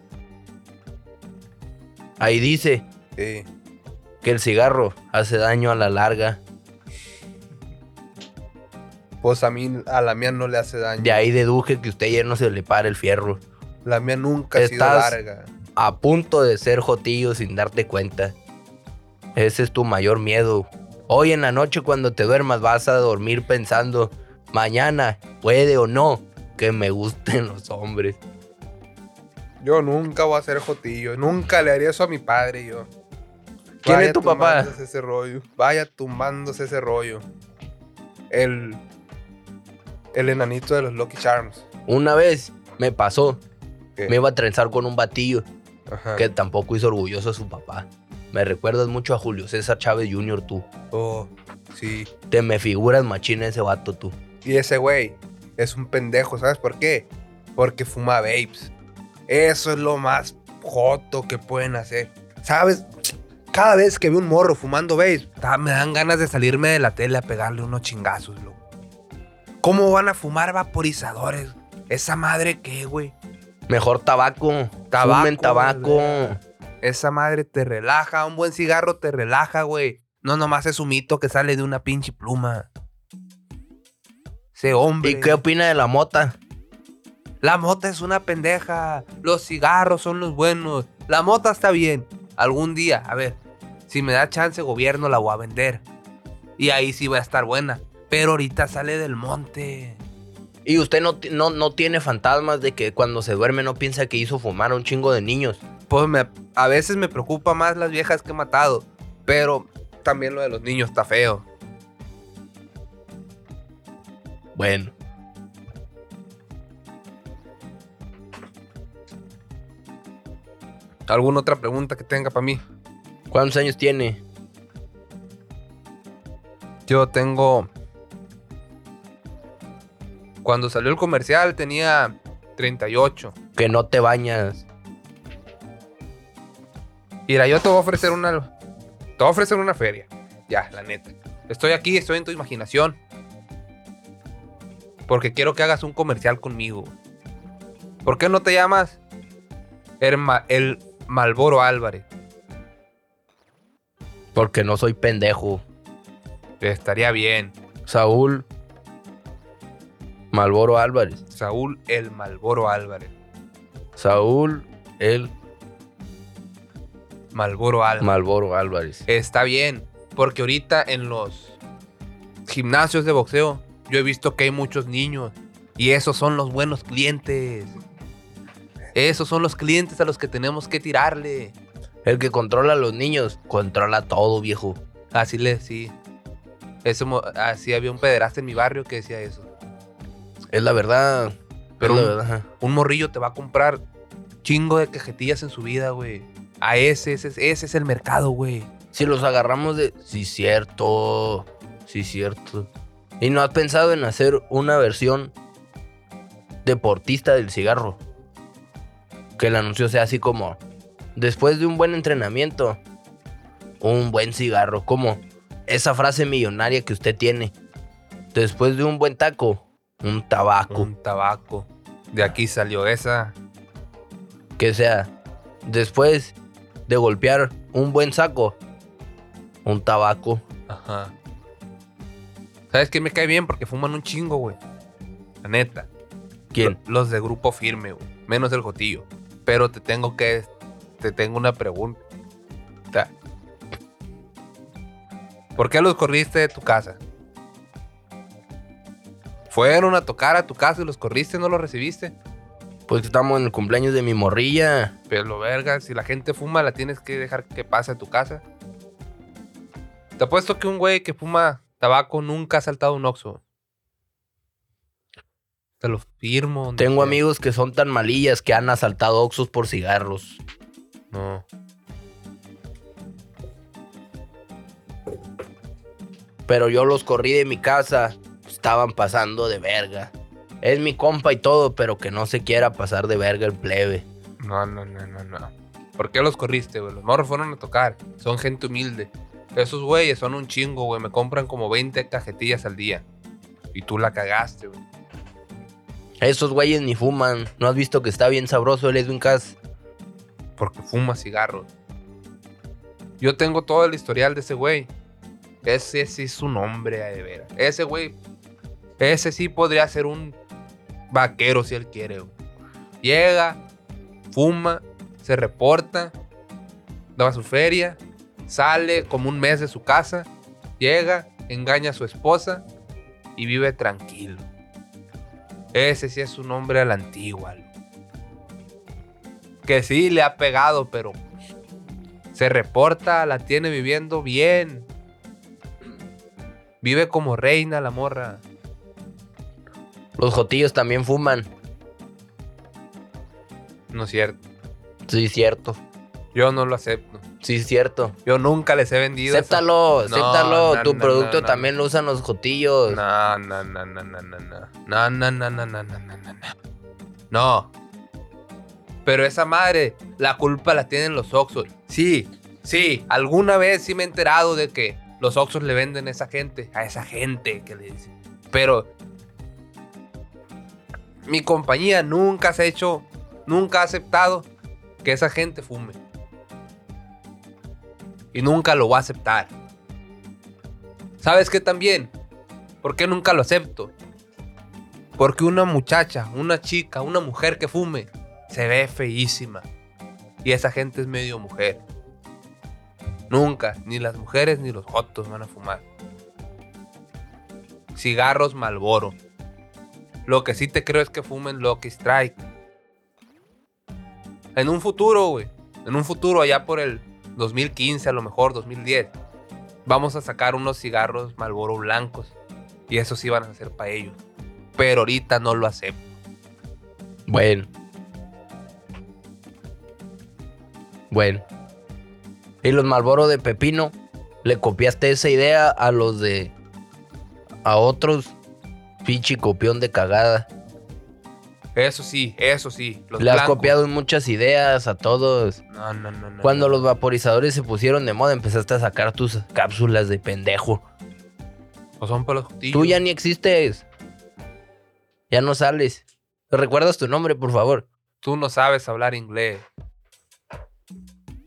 [SPEAKER 2] Ahí dice
[SPEAKER 1] Sí.
[SPEAKER 2] que el cigarro hace daño a la larga.
[SPEAKER 1] Pues a mí, a la mía no le hace daño.
[SPEAKER 2] De ahí deduje que usted ya no se le para el fierro.
[SPEAKER 1] La mía nunca ha sido
[SPEAKER 2] Estás-
[SPEAKER 1] larga.
[SPEAKER 2] A punto de ser jotillo sin darte cuenta. Ese es tu mayor miedo. Hoy en la noche cuando te duermas vas a dormir pensando, mañana puede o no que me gusten los hombres.
[SPEAKER 1] Yo nunca voy a ser jotillo. Nunca le haría eso a mi padre yo.
[SPEAKER 2] ¿Quién es tu papá?
[SPEAKER 1] tumbándose ese rollo. Vaya tumbándose ese rollo. El. El enanito de los Lucky Charms.
[SPEAKER 2] Una vez me pasó,
[SPEAKER 1] ¿Qué?
[SPEAKER 2] me iba a trenzar con un batillo
[SPEAKER 1] Ajá.
[SPEAKER 2] que tampoco hizo orgulloso a su papá. Me recuerdas mucho a Julio César Chávez Jr. tú.
[SPEAKER 1] Oh, sí.
[SPEAKER 2] Te me figuras machina ese vato tú.
[SPEAKER 1] Y ese güey es un pendejo, ¿sabes por qué? Porque fuma vapes. Eso es lo más joto que pueden hacer. ¿Sabes? Cada vez que veo un morro fumando vapes, ta- me dan ganas de salirme de la tele a pegarle unos chingazos, loco. ¿Cómo van a fumar vaporizadores? ¿Esa madre qué, güey?
[SPEAKER 2] Mejor tabaco.
[SPEAKER 1] Tabaco,
[SPEAKER 2] Fumen tabaco.
[SPEAKER 1] Esa madre te relaja, un buen cigarro te relaja, güey. No nomás es humito que sale de una pinche pluma. Ese hombre.
[SPEAKER 2] ¿Y qué opina de la mota?
[SPEAKER 1] La mota es una pendeja. Los cigarros son los buenos. La mota está bien. Algún día, a ver, Si me da chance, gobierno, la voy a vender. Y ahí sí va a estar buena. Pero ahorita sale del monte.
[SPEAKER 2] Y usted no, ti- no, no tiene fantasmas de que cuando se duerme no piensa que hizo fumar a un chingo de niños.
[SPEAKER 1] Pues me- a veces me preocupa más las viejas que he matado. Pero también lo de los niños está feo.
[SPEAKER 2] Bueno.
[SPEAKER 1] ¿Alguna otra pregunta que tenga para mí?
[SPEAKER 2] ¿Cuántos años tiene?
[SPEAKER 1] Yo tengo. Cuando salió el comercial tenía 38.
[SPEAKER 2] Que no te bañas.
[SPEAKER 1] Mira, yo te voy a ofrecer una. Te voy a ofrecer una feria. Ya, la neta. Estoy aquí, estoy en tu imaginación. Porque quiero que hagas un comercial conmigo. ¿Por qué no te llamas el, Ma- el Malboro Álvarez?
[SPEAKER 2] Porque no soy pendejo.
[SPEAKER 1] Estaría bien.
[SPEAKER 2] Saúl. Malboro Álvarez.
[SPEAKER 1] Saúl el Malboro Álvarez.
[SPEAKER 2] Saúl. El
[SPEAKER 1] Malboro Álvarez.
[SPEAKER 2] Malboro Álvarez.
[SPEAKER 1] Está bien, porque ahorita en los gimnasios de boxeo yo he visto que hay muchos niños y esos son los buenos clientes. Esos son los clientes a los que tenemos que tirarle.
[SPEAKER 2] El que controla a los niños. Controla todo, viejo.
[SPEAKER 1] Así le sí. Eso, mo- así había un pederasta en mi barrio que decía eso.
[SPEAKER 2] Es la verdad.
[SPEAKER 1] Pero
[SPEAKER 2] es la
[SPEAKER 1] un-
[SPEAKER 2] verdad.
[SPEAKER 1] Un morrillo te va a comprar chingo de cajetillas en su vida, güey. A ese, ese, ese es el mercado, güey.
[SPEAKER 2] Si los agarramos de. Sí, cierto. Sí, cierto. ¿Y no has pensado en hacer una versión deportista del cigarro? Que el anuncio sea así como: Después de un buen entrenamiento, un buen cigarro. Como esa frase millonaria que usted tiene: Después de un buen taco, un tabaco.
[SPEAKER 1] Un tabaco. De aquí salió esa.
[SPEAKER 2] Que sea: Después de golpear un buen saco, un tabaco.
[SPEAKER 1] Ajá. ¿Sabes qué me cae bien? Porque fuman un chingo, güey. La neta.
[SPEAKER 2] ¿Quién?
[SPEAKER 1] Lo- Los de grupo firme, güey. Menos el Jotillo. Pero te tengo que. Te tengo una pregunta. ¿Por qué los corriste de tu casa? Fueron a tocar a tu casa y los corriste, no los recibiste.
[SPEAKER 2] Pues que estamos en el cumpleaños de mi morrilla.
[SPEAKER 1] Pero verga, si la gente fuma, la tienes que dejar que pase a tu casa. Te apuesto que un güey que fuma tabaco nunca ha saltado un oxo. Te lo firmo. donde
[SPEAKER 2] Tengo
[SPEAKER 1] sea.
[SPEAKER 2] amigos que son tan malillas que han asaltado Oxxos por cigarros.
[SPEAKER 1] No.
[SPEAKER 2] Pero yo los corrí de mi casa. Estaban pasando de verga. Es mi compa y todo, pero que no se quiera pasar de verga el plebe.
[SPEAKER 1] No, no, no, no, no. ¿Por qué los corriste, güey? Los morros fueron a tocar. Son gente humilde. Esos güeyes son un chingo, güey. Me compran como 20 cajetillas al día. Y tú la cagaste, güey.
[SPEAKER 2] Esos güeyes ni fuman. ¿No has visto que está bien sabroso el Edwin Cass?
[SPEAKER 1] porque fuma cigarros. Yo tengo todo el historial de ese güey. Ese sí es un hombre de veras. Ese güey, ese sí podría ser un vaquero si él quiere. güey. Llega, fuma, se reporta, da su feria, sale como un mes de su casa, llega, engaña a su esposa y vive tranquilo. Ese sí es un hombre a la antigua. loco que sí le ha pegado, pero se reporta, la tiene viviendo bien. Vive como reina la morra.
[SPEAKER 2] Los jotillos también fuman.
[SPEAKER 1] No es cierto.
[SPEAKER 2] Sí, cierto.
[SPEAKER 1] Yo no lo acepto.
[SPEAKER 2] Sí, cierto.
[SPEAKER 1] Yo nunca les he vendido. esa-
[SPEAKER 2] Acéptalo,
[SPEAKER 1] No,
[SPEAKER 2] acéptalo.
[SPEAKER 1] no,
[SPEAKER 2] tu
[SPEAKER 1] no,
[SPEAKER 2] producto
[SPEAKER 1] no, no.
[SPEAKER 2] también lo usan los jotillos.
[SPEAKER 1] No, no, no, no, no, no, no. No, no, no, no, no, no, no, no. No. Pero esa madre, la culpa la tienen los Oxos. Sí, sí. Alguna vez sí me he enterado de que los Oxos le venden a esa gente, a esa gente que le dicen. Pero mi compañía nunca se ha hecho, nunca ha aceptado que esa gente fume. Y nunca lo va a aceptar. ¿Sabes qué también? ¿Por qué nunca lo acepto? Porque una muchacha, una chica, una mujer que fume, se ve feísima. Y esa gente es medio mujer. Nunca. Ni las mujeres ni los jotos van a fumar. Cigarros Malboro. Lo que sí te creo es que fumen Lucky Strike. En un futuro, güey. En un futuro, allá por el 2015, a lo mejor 2010. Vamos a sacar unos cigarros Malboro blancos. Y esos sí van a ser para ellos. Pero ahorita no lo acepto.
[SPEAKER 2] Bueno. Bueno. Y los Malboro de Pepino, le copiaste esa idea a los de. a otros. Pinche copión de cagada.
[SPEAKER 1] Eso sí, eso sí. Los
[SPEAKER 2] le has
[SPEAKER 1] blancos.
[SPEAKER 2] copiado muchas ideas a todos.
[SPEAKER 1] No, no, no, no.
[SPEAKER 2] Cuando
[SPEAKER 1] no.
[SPEAKER 2] los vaporizadores se pusieron de moda, empezaste a sacar tus cápsulas de pendejo.
[SPEAKER 1] No son para los jotillos.
[SPEAKER 2] Tú ya ni existes. Ya no sales. ¿Recuerdas tu nombre, por favor?
[SPEAKER 1] Tú no sabes hablar inglés.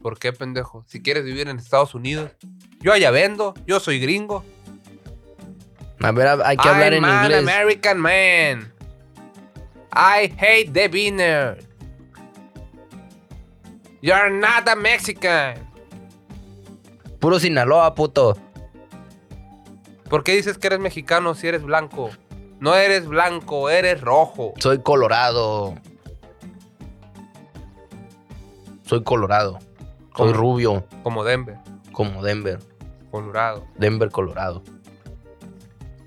[SPEAKER 1] ¿Por qué, pendejo? Si quieres vivir en Estados Unidos, yo allá vendo, yo soy gringo.
[SPEAKER 2] A ver, hay que hablar
[SPEAKER 1] I'm
[SPEAKER 2] en
[SPEAKER 1] an
[SPEAKER 2] inglés.
[SPEAKER 1] American man. I hate the beaner. You're not a Mexican.
[SPEAKER 2] Puro Sinaloa, puto.
[SPEAKER 1] ¿Por qué dices que eres mexicano si eres blanco? No eres blanco, eres rojo.
[SPEAKER 2] Soy colorado. Soy colorado. Soy
[SPEAKER 1] ¿Cómo?
[SPEAKER 2] rubio,
[SPEAKER 1] Como Denver,
[SPEAKER 2] como Denver.
[SPEAKER 1] colorado.
[SPEAKER 2] Denver, Colorado.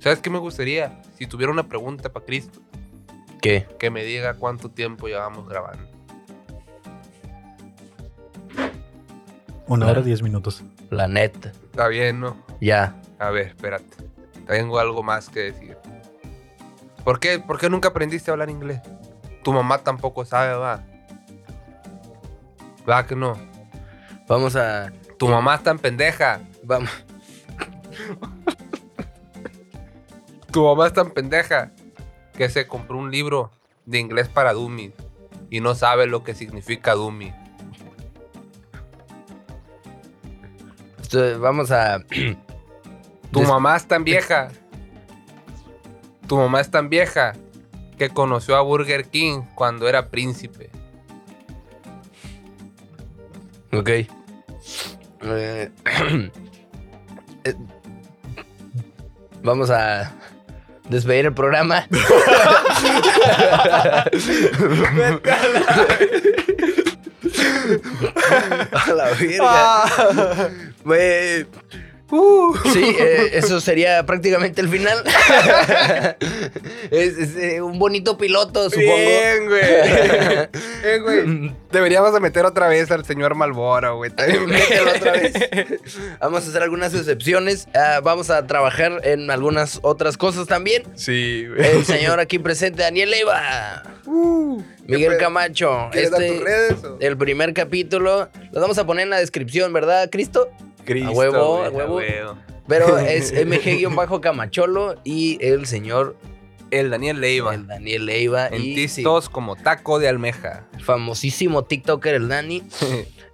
[SPEAKER 1] ¿Sabes qué me gustaría? Si tuviera una pregunta para Cristo,
[SPEAKER 2] ¿Qué?
[SPEAKER 1] que me diga cuánto tiempo llevamos grabando.
[SPEAKER 3] Una
[SPEAKER 2] Claro.
[SPEAKER 3] hora diez minutos.
[SPEAKER 2] La neta.
[SPEAKER 1] Está bien, ¿no?
[SPEAKER 2] Ya.
[SPEAKER 1] A ver, espérate. Tengo algo más que decir. ¿Por qué, ¿Por qué nunca aprendiste a hablar inglés? Tu mamá tampoco sabe, va. Va que no.
[SPEAKER 2] Vamos a.
[SPEAKER 1] Tu mamá es tan pendeja.
[SPEAKER 2] Vamos.
[SPEAKER 1] Tu mamá es tan pendeja que se compró un libro de inglés para dummies y no sabe lo que significa dummy.
[SPEAKER 2] esto- este, Vamos a.
[SPEAKER 1] Tu
[SPEAKER 2] Des-
[SPEAKER 1] mamá es tan vieja. Tu mamá es tan vieja que conoció a Burger King cuando era príncipe.
[SPEAKER 2] Ok. Eh, eh, Vamos a despedir el programa. a la verga. Güey. Sí, eh, eso sería prácticamente el final. es, es, eh, un bonito piloto, supongo.
[SPEAKER 1] Bien, güey. Eh, güey. Deberíamos de meter otra vez al señor Malboro, güey. También mételo otra vez.
[SPEAKER 2] Vamos a hacer algunas excepciones. ah, vamos a trabajar en algunas otras cosas también.
[SPEAKER 1] Sí, güey.
[SPEAKER 2] El señor aquí presente, Daniel Leiva. Miguel
[SPEAKER 1] pedo?
[SPEAKER 2] Camacho.
[SPEAKER 1] Uh, ¿Quieres dar tus
[SPEAKER 2] Este,
[SPEAKER 1] redes o?
[SPEAKER 2] el primer capítulo. Los vamos a poner en la descripción, ¿verdad, Cristo?
[SPEAKER 1] Cristo,
[SPEAKER 2] a huevo,
[SPEAKER 1] güey,
[SPEAKER 2] a huevo. Pero es MG-Camacholo y el señor
[SPEAKER 1] El Daniel Leiva.
[SPEAKER 2] el Daniel Leiva.
[SPEAKER 1] en
[SPEAKER 2] y sí,
[SPEAKER 1] tistos como taco de almeja.
[SPEAKER 2] famosísimo TikToker, el Dani.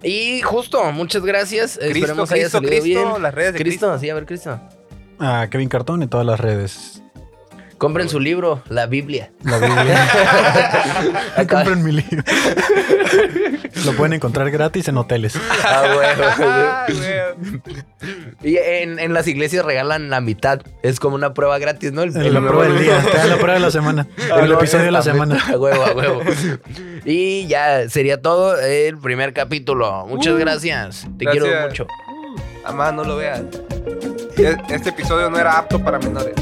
[SPEAKER 2] Y justo, muchas gracias.
[SPEAKER 1] Cristo,
[SPEAKER 2] Esperemos haya
[SPEAKER 1] Cristo,
[SPEAKER 2] salido
[SPEAKER 1] Cristo.
[SPEAKER 2] bien.
[SPEAKER 1] Las redes de Cristo.
[SPEAKER 2] Cristo, sí, a ver, Cristo.
[SPEAKER 3] A Kevin Cartón en todas las redes.
[SPEAKER 2] Compren su libro, La Biblia.
[SPEAKER 3] La Biblia.
[SPEAKER 2] Acá.
[SPEAKER 3] Compren mi libro. Lo pueden encontrar gratis en hoteles.
[SPEAKER 2] Ah,
[SPEAKER 1] Ah, güey.
[SPEAKER 2] Y en, en las iglesias regalan la mitad. Es como una prueba gratis, ¿no? El, Ah,
[SPEAKER 3] En la prueba del día. Ah, te dan la prueba de la semana. El episodio de la semana.
[SPEAKER 2] A huevo, a huevo. Y ya sería todo el primer capítulo. Muchas gracias. Te quiero
[SPEAKER 1] gracias.
[SPEAKER 2] mucho.
[SPEAKER 1] Amá, no lo veas. E- Este episodio no era apto para menores.